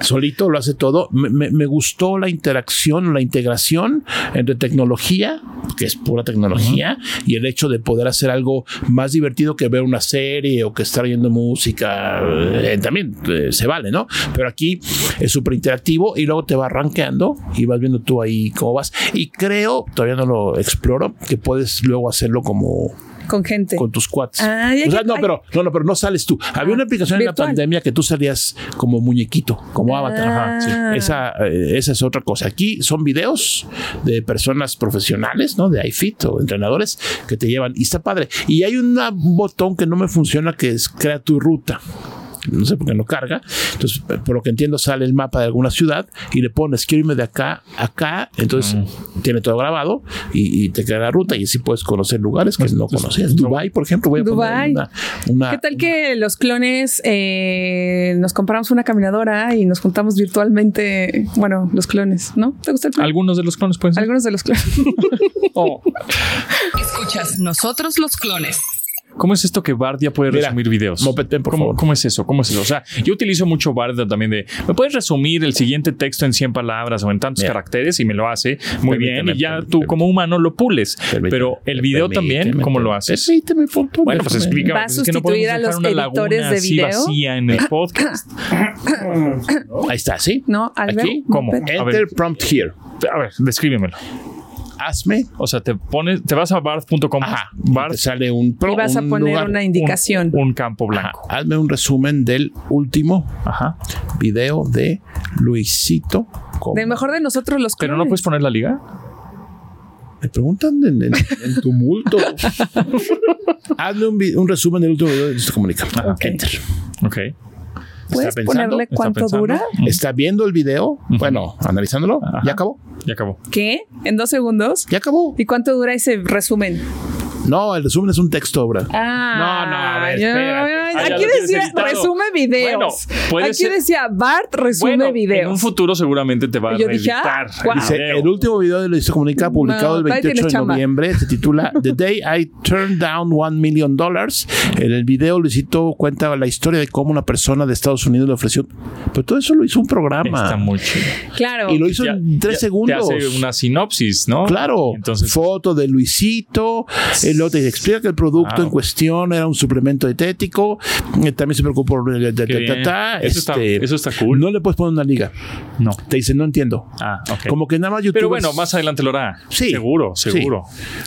solito lo hace todo. Me, me- me gustó la interacción, la integración entre tecnología, que es pura tecnología, y el hecho de poder hacer algo más divertido que ver una serie o que estar oyendo música, eh, también eh, se vale, ¿no? Pero aquí es súper interactivo y luego te va arranqueando y vas viendo tú ahí cómo vas. Y creo, todavía no lo exploro, que puedes luego hacerlo como
Con gente.
con tus cuates.
Ah, ya
O sea,
que-
no,
ay.
pero no, no, pero no sales tú. Había una aplicación en
virtual.
la pandemia que tú salías como muñequito, como avatar.
Ah.
Sí. Esa, eh, esa es otra cosa. Aquí son videos de personas profesionales, ¿no? De iFit o entrenadores que te llevan y está padre. Y hay una- un botón que no me funciona que es crea tu ruta. no sé por qué no carga. Entonces, eh, por lo que entiendo, sale el mapa de alguna ciudad y le pones, quiero irme de acá a acá. Entonces, tiene todo grabado y, y te queda la ruta y así puedes conocer lugares que
Pues,
no conocías. Dubai, por ejemplo, voy a
Dubái.
poner una, una-
¿Qué tal que los clones eh, nos compramos una caminadora y nos juntamos virtualmente? Bueno, los clones, ¿no? ¿Te gusta el clon?
Algunos de los clones pueden ser.
Algunos de los clones.
Oh,
Escuchas Nosotros los Clones.
¿Cómo es esto que Bard ya puede
Mira,
resumir videos?
Mopetén, por
¿Cómo,
favor.
cómo es eso? ¿Cómo es eso? O sea, yo utilizo mucho Bard también de, ¿me puedes resumir el siguiente texto en 100 palabras o en tantos
Mira.
caracteres? Y me lo hace muy bien. Y ya
permíteme,
tú
permíteme.
como humano lo pules.
Permíteme,
Pero el video
permíteme,
también, ¿cómo
permíteme,
lo haces?
Permíteme, por favor,
Bueno, pues
déjame.
explica.
¿Va a
pues es que no
sustituir
podemos
a
dejar
los
una
editores
laguna
de
así
video?
vacía en el podcast.
Ahí está, ¿sí?
No, Albert.
Aquí,
¿cómo?
Muppet.
A
Enter
ver.
prompt here.
A ver, descríbemelo.
Hazme.
O sea, te pones, te vas a bard.com,
Ajá.
bard,
Te sale un pro.
Y vas a
un
poner
lugar.
una
un-
indicación.
un campo
Ajá.
blanco.
Hazme un resumen del último
Ajá.
video de Luisito. Comunica.
De mejor de nosotros los clones.
Pero no puedes poner la liga.
Me preguntan en, en- en tumulto. Hazme un, vi- un resumen del último video de Luisito Comunica.
Ah,
Enter.
Ok.
¿Puedes
está pensando,
ponerle
está
cuánto
pensando. Mm,
dura?
Está viendo el video. Bueno, analizándolo.
Ajá.
Ya acabó.
Ya acabó.
¿Qué? ¿En dos segundos?
Ya acabó.
¿Y cuánto dura ese resumen?
No, el resumen es un texto, obra.
Ah,
No, no, a ver,
ya,
espérate.
ya,
Ah, ya
Aquí
lo tienes
decía
editado.
resume videos.
Bueno, puede
Aquí
ser-
decía Bart resume
Bueno, en un
videos.
futuro seguramente te va a
Yo dije, ah,
reeditar.
guau.
Dice,
video.
el último video de Luisito Comunica publicado
No,
el
todavía
28 de
tienes chamba.
noviembre se titula The Day I Turned Down One Million Dollars. En el video Luisito cuenta la historia de cómo una persona de Estados Unidos le ofreció. Pero todo eso lo hizo un programa.
Está muy chido.
Claro.
y lo hizo
Ya-
en tres
ya-
segundos.
Te hace una sinopsis, ¿no?
Claro,
Entonces,
foto de Luisito, el otro explica que el producto
Wow.
en cuestión era un suplemento dietético, eh, también se preocupó por el- ta,
qué
ta,
bien.
ta, ta,
eso,
este,
está, eso está cool.
No le puedes poner una liga.
No.
Te dicen, no entiendo.
Ah, ok.
Como que nada más YouTube.
Pero bueno,
es-
más adelante lo hará.
Sí.
Seguro,
Sí.
seguro.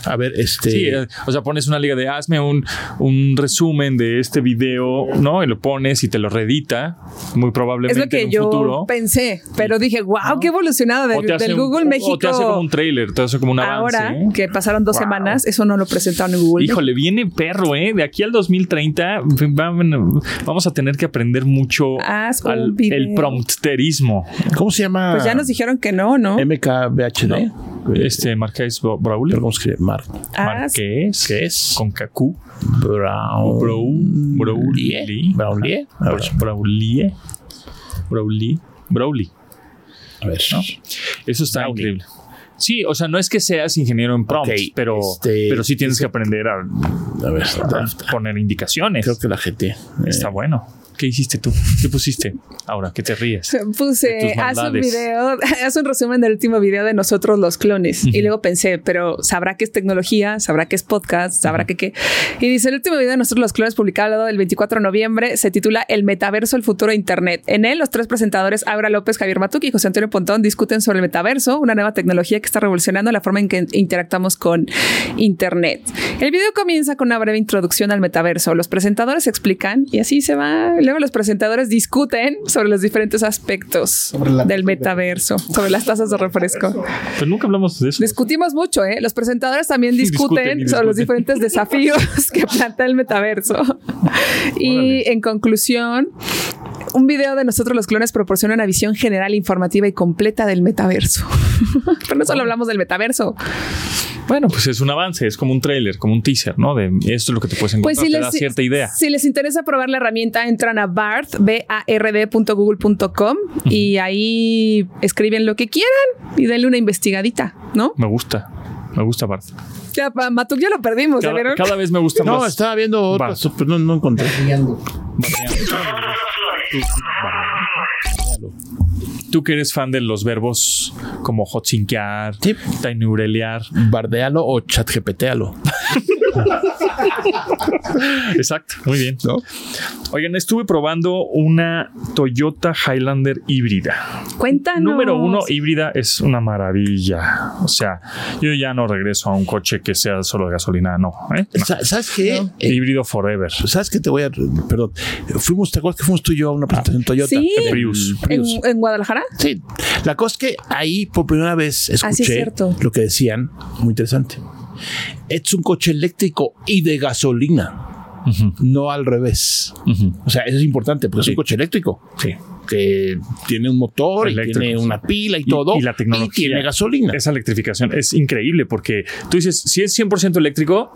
A ver, este.
Sí. eh, o sea, pones una liga de hazme un, un resumen de este video, ¿no? Y lo pones y te lo reedita, muy
es
probablemente
lo que
en un
yo
futuro.
pensé, pero dije, wow, qué evolucionado
O
del,
te hace
del
un-
Google
o-
México.
O te hace como un trailer, te hace como un avance.
Ahora
¿eh?
que pasaron dos
Wow.
semanas, eso no lo presentaron en Google.
Híjole, viene perro, ¿eh? De aquí al 2030 vam- vamos a tener que aprender mucho
Haz un
al-
video.
el prompterismo.
¿Cómo se llama?
Pues ya nos dijeron que no, ¿no?
MKBHD.
Este Marqués Bra-
Pero
Braulio.
¿Cómo se escribe? Mark
Haz-
Marqués.
¿Qué es?
Con Kaku.
Brown.
Brau- Braulie.
Braulie. A ver,
Bra- Braulie. Braulie. Braulie.
a ver.
Eso está
Braulie.
increíble. Sí, o sea, no es que seas ingeniero en prompts,
Ok,
pero,
este-
pero sí tienes que aprender a
A ver,
poner indicaciones.
creo que la eh, GT.
Eh.
Está bueno. ¿Qué hiciste tú? ¿Qué pusiste? Ahora, que te ríes. de
Puse,
tus
haz un
maldades.
video, haz un resumen del último video de nosotros los clones. Y luego pensé, pero sabrá que es tecnología, sabrá que es podcast, sabrá que qué. Y dice, el último video de nosotros los clones publicado el 24 de noviembre se titula El metaverso, el futuro de Internet. En él, los tres presentadores, Aura López, Javier Matuk y José Antonio Pontón, discuten sobre el metaverso, una nueva tecnología que está revolucionando la forma en que interactuamos con Internet. El video comienza con una breve introducción al metaverso. Los presentadores explican y así se va. Luego los presentadores discuten sobre los diferentes aspectos del metaverso, sobre las tazas de refresco.
Pero Pues nunca hablamos de eso.
Discutimos mucho, ¿eh? Los presentadores también discuten,
discuten y
sobre los
discuten.
diferentes desafíos que plantea el metaverso. Y
Órale.
en conclusión, un video de nosotros los clones proporciona una visión general, informativa y completa del metaverso. Pero no solo hablamos del metaverso.
Bueno, pues es un avance, es como un trailer, como un teaser, ¿no? De esto es lo que te puedes encontrar,
Pues si
te
les,
da cierta idea.
si les interesa probar la herramienta, entran a barth, b a r D punto google punto com, y ahí escriben lo que quieran y denle una investigadita, ¿no?
Me gusta, me gusta Bart.
Ya, pa- Matuk ya lo perdimos, ¿ya
Cada,
vieron?
cada vez me gusta
No,
más.
estaba viendo
Va.
otras, pero no, no encontré.
Tú que eres fan de los verbos como hotzinquear,
Sí.
tainurelear.
Bardealo o chatgepetealo.
Exacto, muy bien.
¿no?
Oigan, estuve probando una Toyota Highlander híbrida.
Cuéntanos.
Número uno, híbrida es una maravilla. O sea, yo ya no regreso a un coche que sea solo de gasolina, no. ¿eh? No.
Sa- ¿Sabes qué? Eh,
Híbrido forever.
¿Sabes qué te voy a.? Perdón. Fuimos, ¿te acuerdas que fuimos tú y yo a
Ah,
una presentación Toyota?
Sí.
En
Prius.
¿En,
Prius.
en Guadalajara?
Sí. La cosa es que ahí por primera vez
Ah, sí, es
escuché
cierto.
lo que decían. Muy interesante. Es un coche eléctrico y de gasolina. no al revés.
Ujú.
O sea, eso es importante porque es un coche eléctrico
Sí.
que tiene un motor
Eléctrico.
y tiene una pila y, todo.
y la tecnología.
tiene gasolina.
Esa electrificación es increíble porque tú dices, si es 100% eléctrico,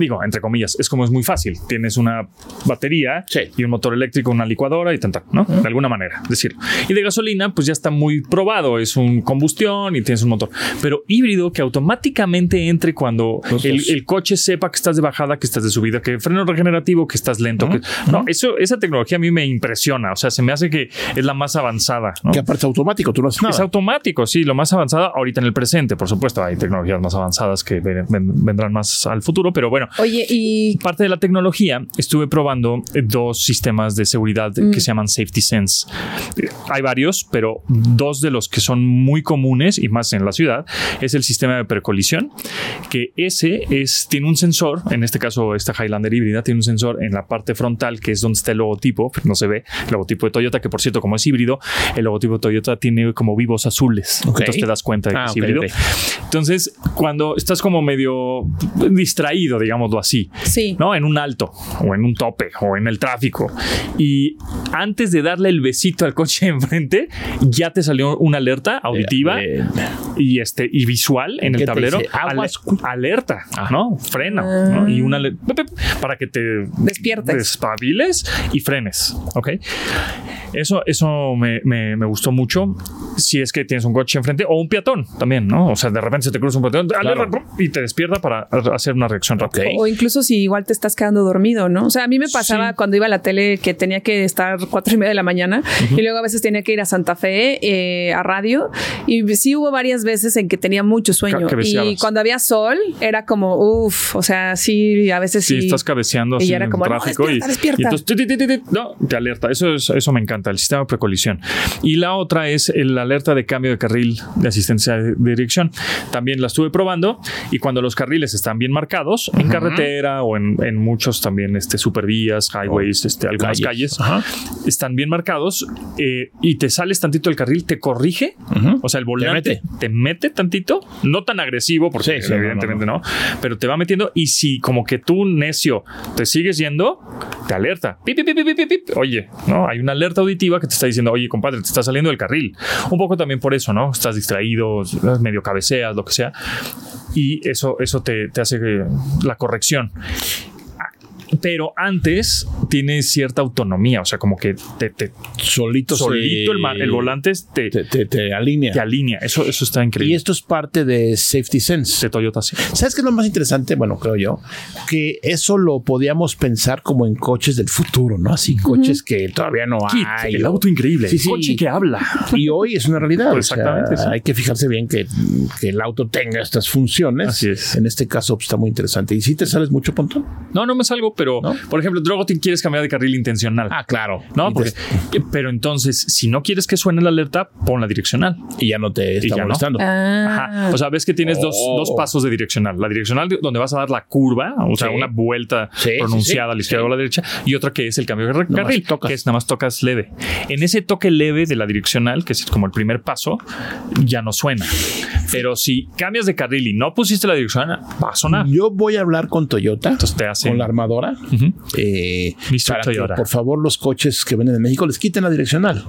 digo, entre comillas, es como es muy fácil. Tienes una batería
Sí.
y un motor eléctrico, una licuadora y tanta, ¿no? De alguna manera, decirlo. Y de gasolina, pues ya está muy probado, es un combustión y tienes un motor. Pero híbrido que automáticamente entre cuando
Los
el,
dos.
el coche sepa que estás de bajada, que estás de subida, que freno regenerativo, que estás lento. que- No, eso, esa tecnología a mí me impresiona. O sea, se me hace que es la más avanzada. ¿no?
Que aparte es automático, tú no
Es
haces nada.
automático, sí, lo más avanzado ahorita en el presente. Por supuesto, hay tecnologías más avanzadas que ven- ven- vendrán más al futuro, pero bueno.
Oye, y
Parte de la tecnología, estuve probando eh, dos sistemas de seguridad
Mm.
que se llaman Safety Sense. Eh, Hay varios, pero dos de los que son muy comunes y más en la ciudad es el sistema de percolisión, que ese es, tiene un sensor, en este caso esta Highlander híbrida tiene un sensor en la parte frontal que es donde está el logotipo, pero no se ve, el logotipo de Toyota, que por cierto, como es híbrido, el logotipo de Toyota tiene como vivos azules,
Ok.
entonces te das cuenta de que
Ah,
es
ok,
híbrido.
ok.
Entonces, cuando estás como medio distraído, digámoslo así,
sí.
¿no? En un alto o en un tope o en el tráfico. Y antes de darle el besito al coche de enfrente, ya te salió una alerta auditiva
Eh, eh,
y este y visual en el
¿Qué te
tablero.
dice? Aguas, Ah.
Ale- alerta, ¿no? Frena ¿no? y una ale- pep, pep, para que te
Despiertes.
despabiles y frenes, ¿ok? Eso, eso me, me- me gustó mucho. Si es que tienes un coche enfrente o un peatón también, ¿no? O sea, de repente se te cruza un peatón alerta, pum, y te despierta para hacer una reacción rápida.
O incluso si igual te estás quedando dormido, ¿no? O sea, a mí me pasaba
Sí.
cuando iba a la tele que tenía que estar cuatro y media de la mañana y luego a veces tenía que ir a Santa Fe eh, a radio y sí hubo varias veces en que tenía mucho sueño
que
y
viciabas.
cuando había sol era como, uff, o sea, sí, a veces
si
sí.
estás cabeceando
Y
así
ya era
en
como, "No,
tráfico y-
despierta, despierta".
y, entonces ti, ti, ti, ti, ti, no, te alerta. Eso es, eso me encanta, el sistema de precolisión. Y la otra es el alerta de cambio de carril de asistencia de dirección. También la estuve probando y cuando los carriles están bien marcados en carretera o en, en muchos también este supervías, highways, este algunas calles,
calles. Ajá.
están bien marcados eh, y te sales tantito del carril, te corrige,
Ujú.
o sea, el volante
mete.
te mete, tantito, no tan agresivo, porque
Sí, sí, no,
evidentemente no, pero te va metiendo y si como que tú necio te sigues yendo, te alerta. Pip, pip, pip, pip, pip, pip. Oye, no, hay una alerta auditiva que te está diciendo, oye, compadre, te está saliendo del carril. Un poco también por eso, ¿no? Estás distraído, medio cabeceas, lo que sea, y eso, eso te, te hace eh, la corrección Ah, pero antes tiene cierta autonomía, o sea, como que te, te-
Solito, se-
solito el, ma- el volante te,
te, te- te alinea.
te alinea. Eso, eso está
y
increíble.
esto es parte de Safety Sense.
de Toyota sí.
¿Sabes qué es lo más interesante? Bueno, creo yo que eso lo podíamos pensar como en coches del futuro, ¿no? Así, coches que todavía no
Kit,
hay.
el
o-
auto increíble,
Sí,
el
sí.
coche que habla.
Y hoy es una realidad.
Pues exactamente,
O sea,
sí.
Hay que fijarse bien que, que el auto tenga estas funciones.
Así es.
En este caso pues, está muy interesante. ¿Y si te sales mucho, Pontón?
No, no me salgo, pero
¿No?
por ejemplo, Drogotin quieres cambiar de carril intencional.
Ah, claro.
no,
y,
porque,
te-
pero entonces, si no quieres que suene la alerta, pon la direccional.
y ya no te está
ya no.
molestando.
Ah.
Ajá. O sea, ves que tienes dos,
Oh.
dos pasos de direccional. La direccional de- donde vas a dar la curva, o sea,
Sí.
una vuelta
Sí, sí,
pronunciada
sí.
a la izquierda
Sí.
o a la derecha, y otra que es el cambio de
más
carril,
tocas.
que es nada más tocas leve. En ese toque leve de la direccional, que es como el primer paso, ya no suena. Pero si cambias de carril y no pusiste la direccional, va a sonar.
Yo voy a hablar con Toyota,
Entonces te hacen-
con la armadora,
Ujú.
eh,
Mr.
para que,
Toyota.
por favor los coches que venden en México les quiten la direccional.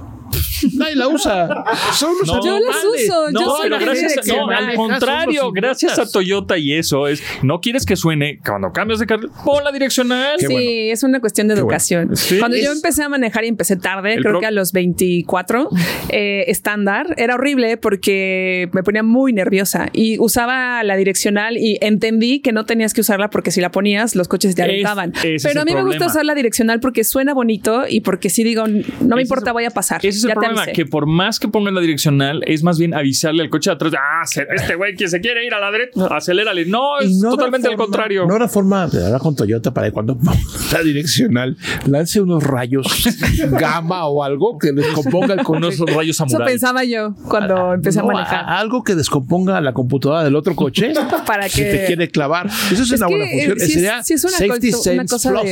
Nadie la usa. Son unos
No,
Pues, Yo las
animales.
uso, yo soy
pero
la
gracias a- no,
direccional.
al contrario,
Somos
gracias a
idiotas.
Toyota y eso es, no quieres que suene cuando cambias de carril, pon la direccional.
sí, es una cuestión de educación.
Sí,
Cuando yo
es-
empecé a manejar y empecé tarde,
El
creo
pro-
que a los 24, eh, estándar, era horrible porque me ponía muy nerviosa y usaba la direccional y entendí que no tenías que usarla porque si la ponías, los coches te
Es-
aventaban.
ese es
Pero a
el
mí me gusta
problema.
usar la direccional porque suena bonito y porque sí digo, no me
Ese es
importa,
el-
voy a pasar.
Ese es el
ya te
problema,
avisé.
que por más que pongan la direccional, es más bien avisarle al coche de atrás, ah, se- este güey que se quiere ir a la derecha, acelérale. No,
Y
es
no habrá
totalmente al
forma-
contrario.
No habrá forma de hablar con Toyota para que cuando ponga la direccional lance unos rayos gamma o algo que descomponga el
con
coche.
unos rayos
Eso
samuráis.
pensaba yo cuando
Ah,
empecé
No,
a manejar.
a- algo que descomponga la computadora del otro coche
ah.
Para
que te
que-
quiere clavar. Eso es,
Es
una
que,
buena función.
eh, sí es-
Sería
sí es una
safety
cosa- una
sense
cosa
plus.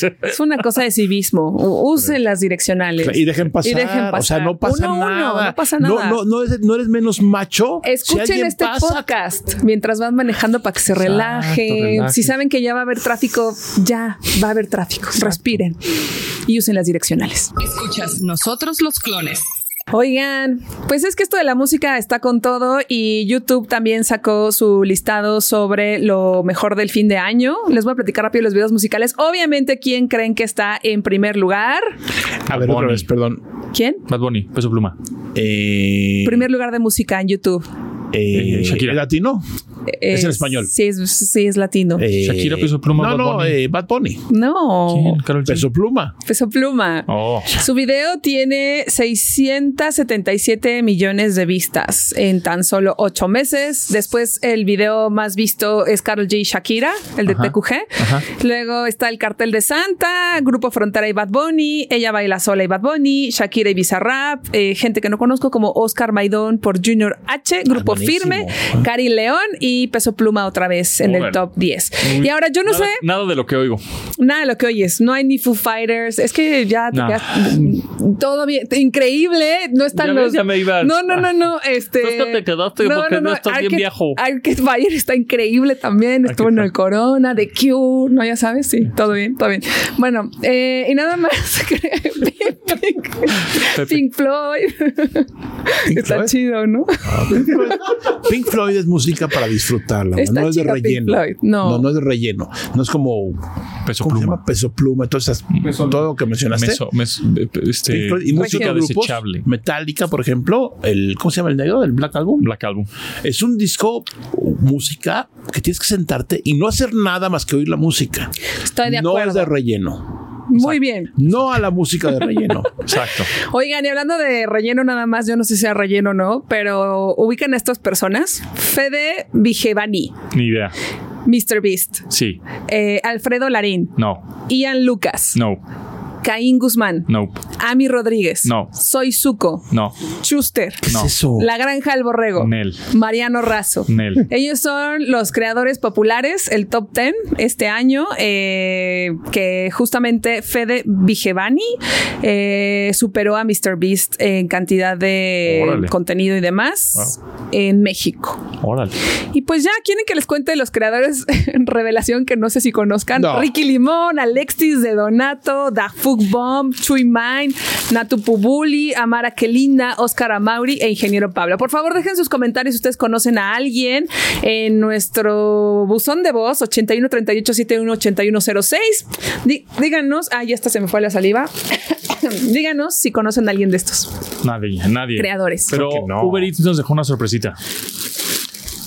de- Es una cosa de civismo. U- Usen las direccionales.
Y dejen pasar.
Y dejen dejen
O sea,
pasar.
no pasa
Uno a uno,
nada.
no pasa nada.
No, no eres, no eres menos macho. Si
Escuchen
alguien
este
pasa,
podcast mientras van manejando para que se
Exacto,
relajen.
relajen.
Si saben que ya va a haber tráfico, ya va a haber tráfico. Respiren y usen las direccionales.
Escuchas Nosotros los clones.
Oigan, pues es que esto de la música está con todo y YouTube también sacó su listado sobre lo mejor del fin de año. Les voy a platicar rápido los videos musicales. Obviamente, ¿quién creen que está en primer lugar?
A ver, otra
Bonnie.
vez, perdón.
¿Quién?
Bad Bunny, peso pluma.
Eh,
Primer lugar de música en YouTube.
eh,
Eh, Shakira.
¿es latino? Es en
Eh,
español.
Sí, es, sí, es latino.
Eh,
Shakira, Peso Pluma,
No,
Bad
no,
Bunny.
eh, Bad Bunny.
no.
¿Quién? Karol G.
Peso Pluma.
Peso Pluma.
Oh.
Su video tiene 677 millones de vistas en tan solo ocho meses. Después el video más visto es Carol G. y Shakira, el de TQG. Luego está el cartel de Santa, Grupo Frontera y Bad Bunny, Ella Baila Sola y Bad Bunny, Shakira y Bizarrap, eh, gente que no conozco como Oscar Maidón por Junior
Ah,
H, Grupo
buenísimo.
Firme, Cari León y Peso Pluma otra vez en el
Órale.
top 10. Y ahora yo no
nada,
sé
Nada de lo que oigo.
nada de lo que oyes. No hay ni Foo Fighters. Es que ya te
No.
quedas todo bien. Increíble. ¿eh? No están
Ya ves,
los.
ya me iba-
No, no, no, no. Este.
No es que te quedaste, porque no estás bien
Arcade-
viejo.
Arcade Fire está increíble también. Estuvo en
Arcade
el Corona, de Q. No, ya sabes. Sí, todo bien, todo bien. Bueno, eh, y nada más. Pink, Pink Floyd. está
Floyd. Ah.
chido, ¿no?
Pink Floyd es música para disfrutarla, man.
Está
no es de
chido Pink
relleno.
Floyd, no.
no, es de relleno. No es como
Peso
¿cómo
Pluma.
se llama? peso pluma, todas esas- todo lo que mencionaste.
Meso, mes- be- be-
Pink
este,
Floyd y música
música
de grupos,
desechable.
Metallica, por ejemplo, el ¿cómo se llama el negro? El Black Album.
Black Album.
Es un disco música que tienes que sentarte y no hacer nada más que oír la música.
Estoy de
No es
acuerdo.
de relleno.
Muy bien.
No a la música de relleno.
Exacto.
Oigan, y hablando de relleno nada más, yo no sé si sea relleno o no, pero ubican a estas personas. Fede Vigevani,
Ni idea.
Mr. Beast,
Sí.
eh, Alfredo Larín,
No.
Ian Lucas,
No.
Caín Guzmán,
No.
Ami Rodríguez,
No.
Soy Suco,
No.
Schuster,
No.
Es eso.
La Granja del Borrego,
Nel.
Mariano Razo.
Nel.
Ellos son los creadores populares, el top 10 este año, eh, que justamente Fede Vigevani eh, superó a Mr. Beast en cantidad de
Órale.
contenido y demás en México.
Órale.
Y pues ya, ¿quieren que les cuente los creadores en revelación que no sé si conozcan?
No.
Ricky Limón, Alexis de Donato, Da Fug Bomb, Chuy Mine, Natu Pubuli, Amara Kelina, Oscar Amauri e Ingeniero Pablo. Por favor, dejen sus comentarios si ustedes conocen a alguien en nuestro buzón de voz 81 38 71 81 06. Dí- díganos, ah, ya hasta se me fue la saliva. díganos si conocen a alguien de estos.
Nadie. Nadie.
Creadores.
Pero
Creo que no.
Uber Eats nos dejó una sorpresita.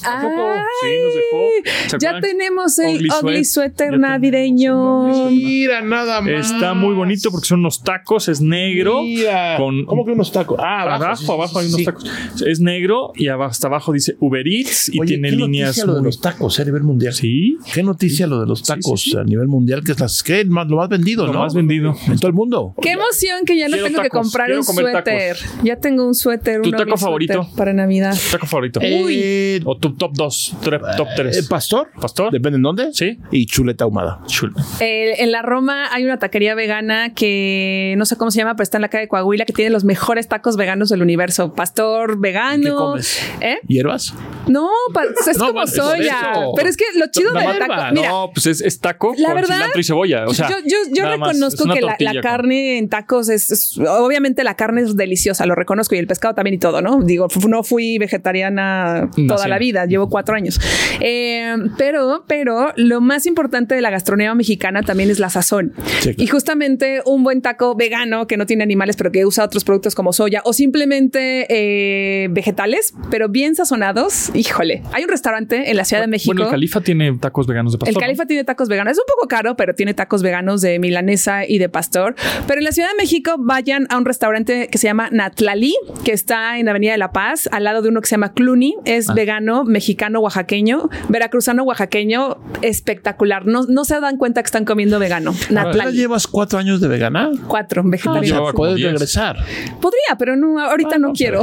Ay,
Sí, nos dejó. ¿Se
Ya
acuerdan?
tenemos el ugly,
Ugly sweat.
suéter
Ya
navideño.
tenemos el ugly
Mira, nada más.
Está muy bonito porque son unos tacos, es negro.
Mira.
Con
¿Cómo que unos tacos? Ah,
abajo,
abajo,
abajo,
sí, sí,
hay unos
sí.
tacos. Es negro y abajo- hasta abajo dice Uber Eats y
Oye,
tiene
¿qué
líneas.
noticia lo de
muy-
los tacos eh, a nivel mundial?
Sí,
¿Qué noticia lo de los tacos
sí, sí.
a nivel mundial? Que es las, ¿qué? Más- lo más vendido,
lo
¿no?
más vendido.
En todo el mundo.
Qué emoción que ya no
Quiero
tengo que
tacos,
comprar
quiero
un
comer tacos.
suéter. Ya tengo un suéter, un
¿Tu
ugly
taco favorito?
suéter para Navidad.
Taco favorito.
Eh,
O tu top 2, top 3.
eh, pastor.
Pastor.
Depende en dónde.
Sí.
Y chuleta ahumada.
Chulo.
El- en la Roma hay una taquería vegana que no sé cómo se llama, pero está en la calle de Coahuila que tiene los mejores tacos veganos del universo. Pastor vegano.
¿Qué comes?
¿eh?
¿Hierbas?
No, pa- es
No,
como
bueno, eso,
soya.
eso.
Pero es que lo chido
Nada
del
más,
taco, mira,
no, pues es, es taco
La
con
verdad,
cilantro y cebolla. O sea,
yo yo, yo
nada más.
reconozco
Es una
que la, la
tortilla con-
carne en tacos es, es- obviamente la carne es deliciosa, lo reconozco y el pescado también y todo, ¿no? Digo, f- no fui vegetariana
No,
toda
sí.
la vida, llevo cuatro años. Eh, pero, pero lo más importante de la gastronomía mexicana también es la sazón.
Sí, claro.
Y justamente un buen taco vegano que no tiene animales, pero que usa otros productos como soya o simplemente eh, vegetales, pero bien sazonados. Híjole, hay un restaurante en la Ciudad de México.
Bueno, el califa tiene tacos veganos de pastor.
El
¿no?
Califa tiene tacos veganos. Es un poco caro, pero tiene tacos veganos de milanesa y de pastor. Pero en la Ciudad de México vayan a un restaurante que se llama Natlali, que está en Avenida de la Paz, al lado de uno que se llama Cluny. Es
Ah.
vegano, mexicano, oaxaqueño, veracruzano, oaxaqueño. Espectacular. No, no se dan cuenta que están comiendo vegano.
¿Tú ya
Natlali.
llevas cuatro años de vegana?
Cuatro
O sea,
vegetarianos.
llevaba como
puedes
diez.
regresar.
Podría, pero no, ahorita no quiero.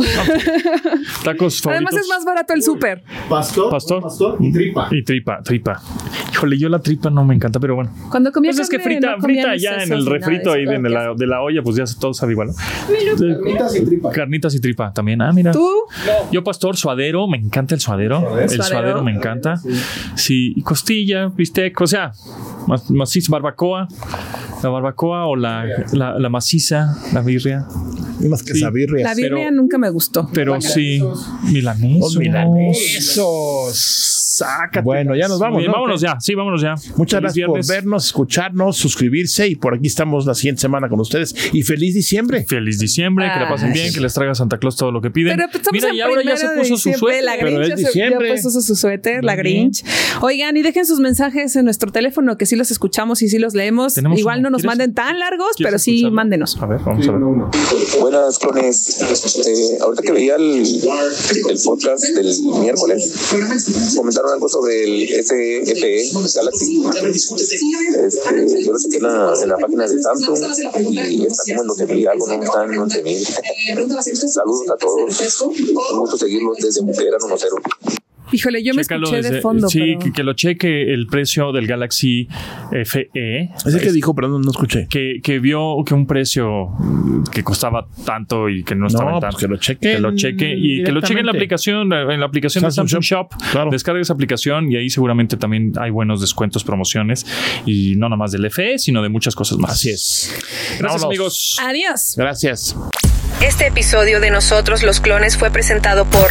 Tacos favoritos.
Además es más barato el súper.
Pastor,
Pastor.
pastor y tripa.
Y tripa, tripa. Híjole, yo la tripa no me encanta, pero bueno.
Cuando comía
Pues es que
carne,
frita,
no comía
frita
ni
ya
sesos
en el
ni nada
refrito
de
ahí
eso.
de la, de la olla, pues ya todo sabe igual. ¿no?
Carnitas y tripa.
Carnitas y tripa también. Ah, mira.
¿Tú?
Yo, pastor, suadero, me encanta el suadero. El suadero,
Suadero.
me encanta. Sí, y costilla, bistec, o sea, mas- maciz, barbacoa. La barbacoa o la, la, la maciza, la birria.
Más que
Sí.
sabirria.
La Biblia
Pero-
nunca me gustó.
Pero sí, milanesos.
Milanesos.
Sácate.
Bueno, ya nos vamos.
Bien,
¿no?
vámonos ya, sí, vámonos ya.
Muchas
Feliz
gracias por
viernes.
vernos, escucharnos, suscribirse y por aquí estamos la siguiente semana con ustedes. Y feliz diciembre.
Feliz diciembre, que la pasen
Ay.
bien, que les traiga Santa Claus todo lo que piden.
Pero pues, estamos
Mira,
en
y ahora ya se
primero de
puso su
diciembre,
suéter.
La
pero
Grinch
es
ya se- ya
diciembre.
puso su- su suéter, la
Muy bien.
Grinch. Oigan, y dejen sus mensajes en nuestro teléfono, que sí los escuchamos y sí los leemos.
Tenemos
Igual
uno.
no nos
¿Quieres-
manden tan largos,
¿Quieres
pero sí
escucharlo?
mándenos.
A ver, vamos a ver.
Buenas clones. Este, ahorita que veía el, el podcast del miércoles, comentaron algo sobre el SEPE Galaxy. Este, yo lo chequé en la, en la página de Samsung y está como en los mil algo, no está en 11 mil. Saludos a todos. Un gusto seguirlos desde Mujeres 1-0.
Híjole, yo me
Chécalo
escuché de
desde-
fondo.
Sí,
pero-
que, que lo cheque el precio del Galaxy FE.
Así que dijo, perdón, no escuché.
que, que vio que un precio mm, que costaba tanto y que no estaba
No,
en
pues
tanto.
que lo cheque.
Que lo cheque y que lo cheque en la aplicación, eh, en la aplicación
Samsung
de Samsung Shop.
claro.
Descarga esa aplicación y ahí seguramente también hay buenos descuentos, promociones y no nada más del FE, sino de muchas cosas más.
Así es.
Gracias,
Vámonos.
amigos.
Adiós.
Gracias.
Este episodio de Nosotros los Clones fue presentado por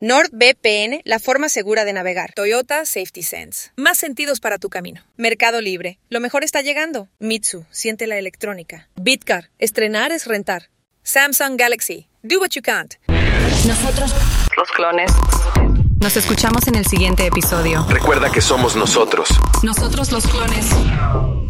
NordVPN, la forma segura de navegar. Toyota Safety Sense. Más sentidos para tu camino. Mercado Libre. Lo mejor está llegando. Mitsu, siente la electrónica. Bitcar. Estrenar es rentar. Samsung Galaxy. Do what you can't.
Nosotros
Los clones.
Nos escuchamos en el siguiente episodio.
Recuerda que somos nosotros.
Nosotros los clones.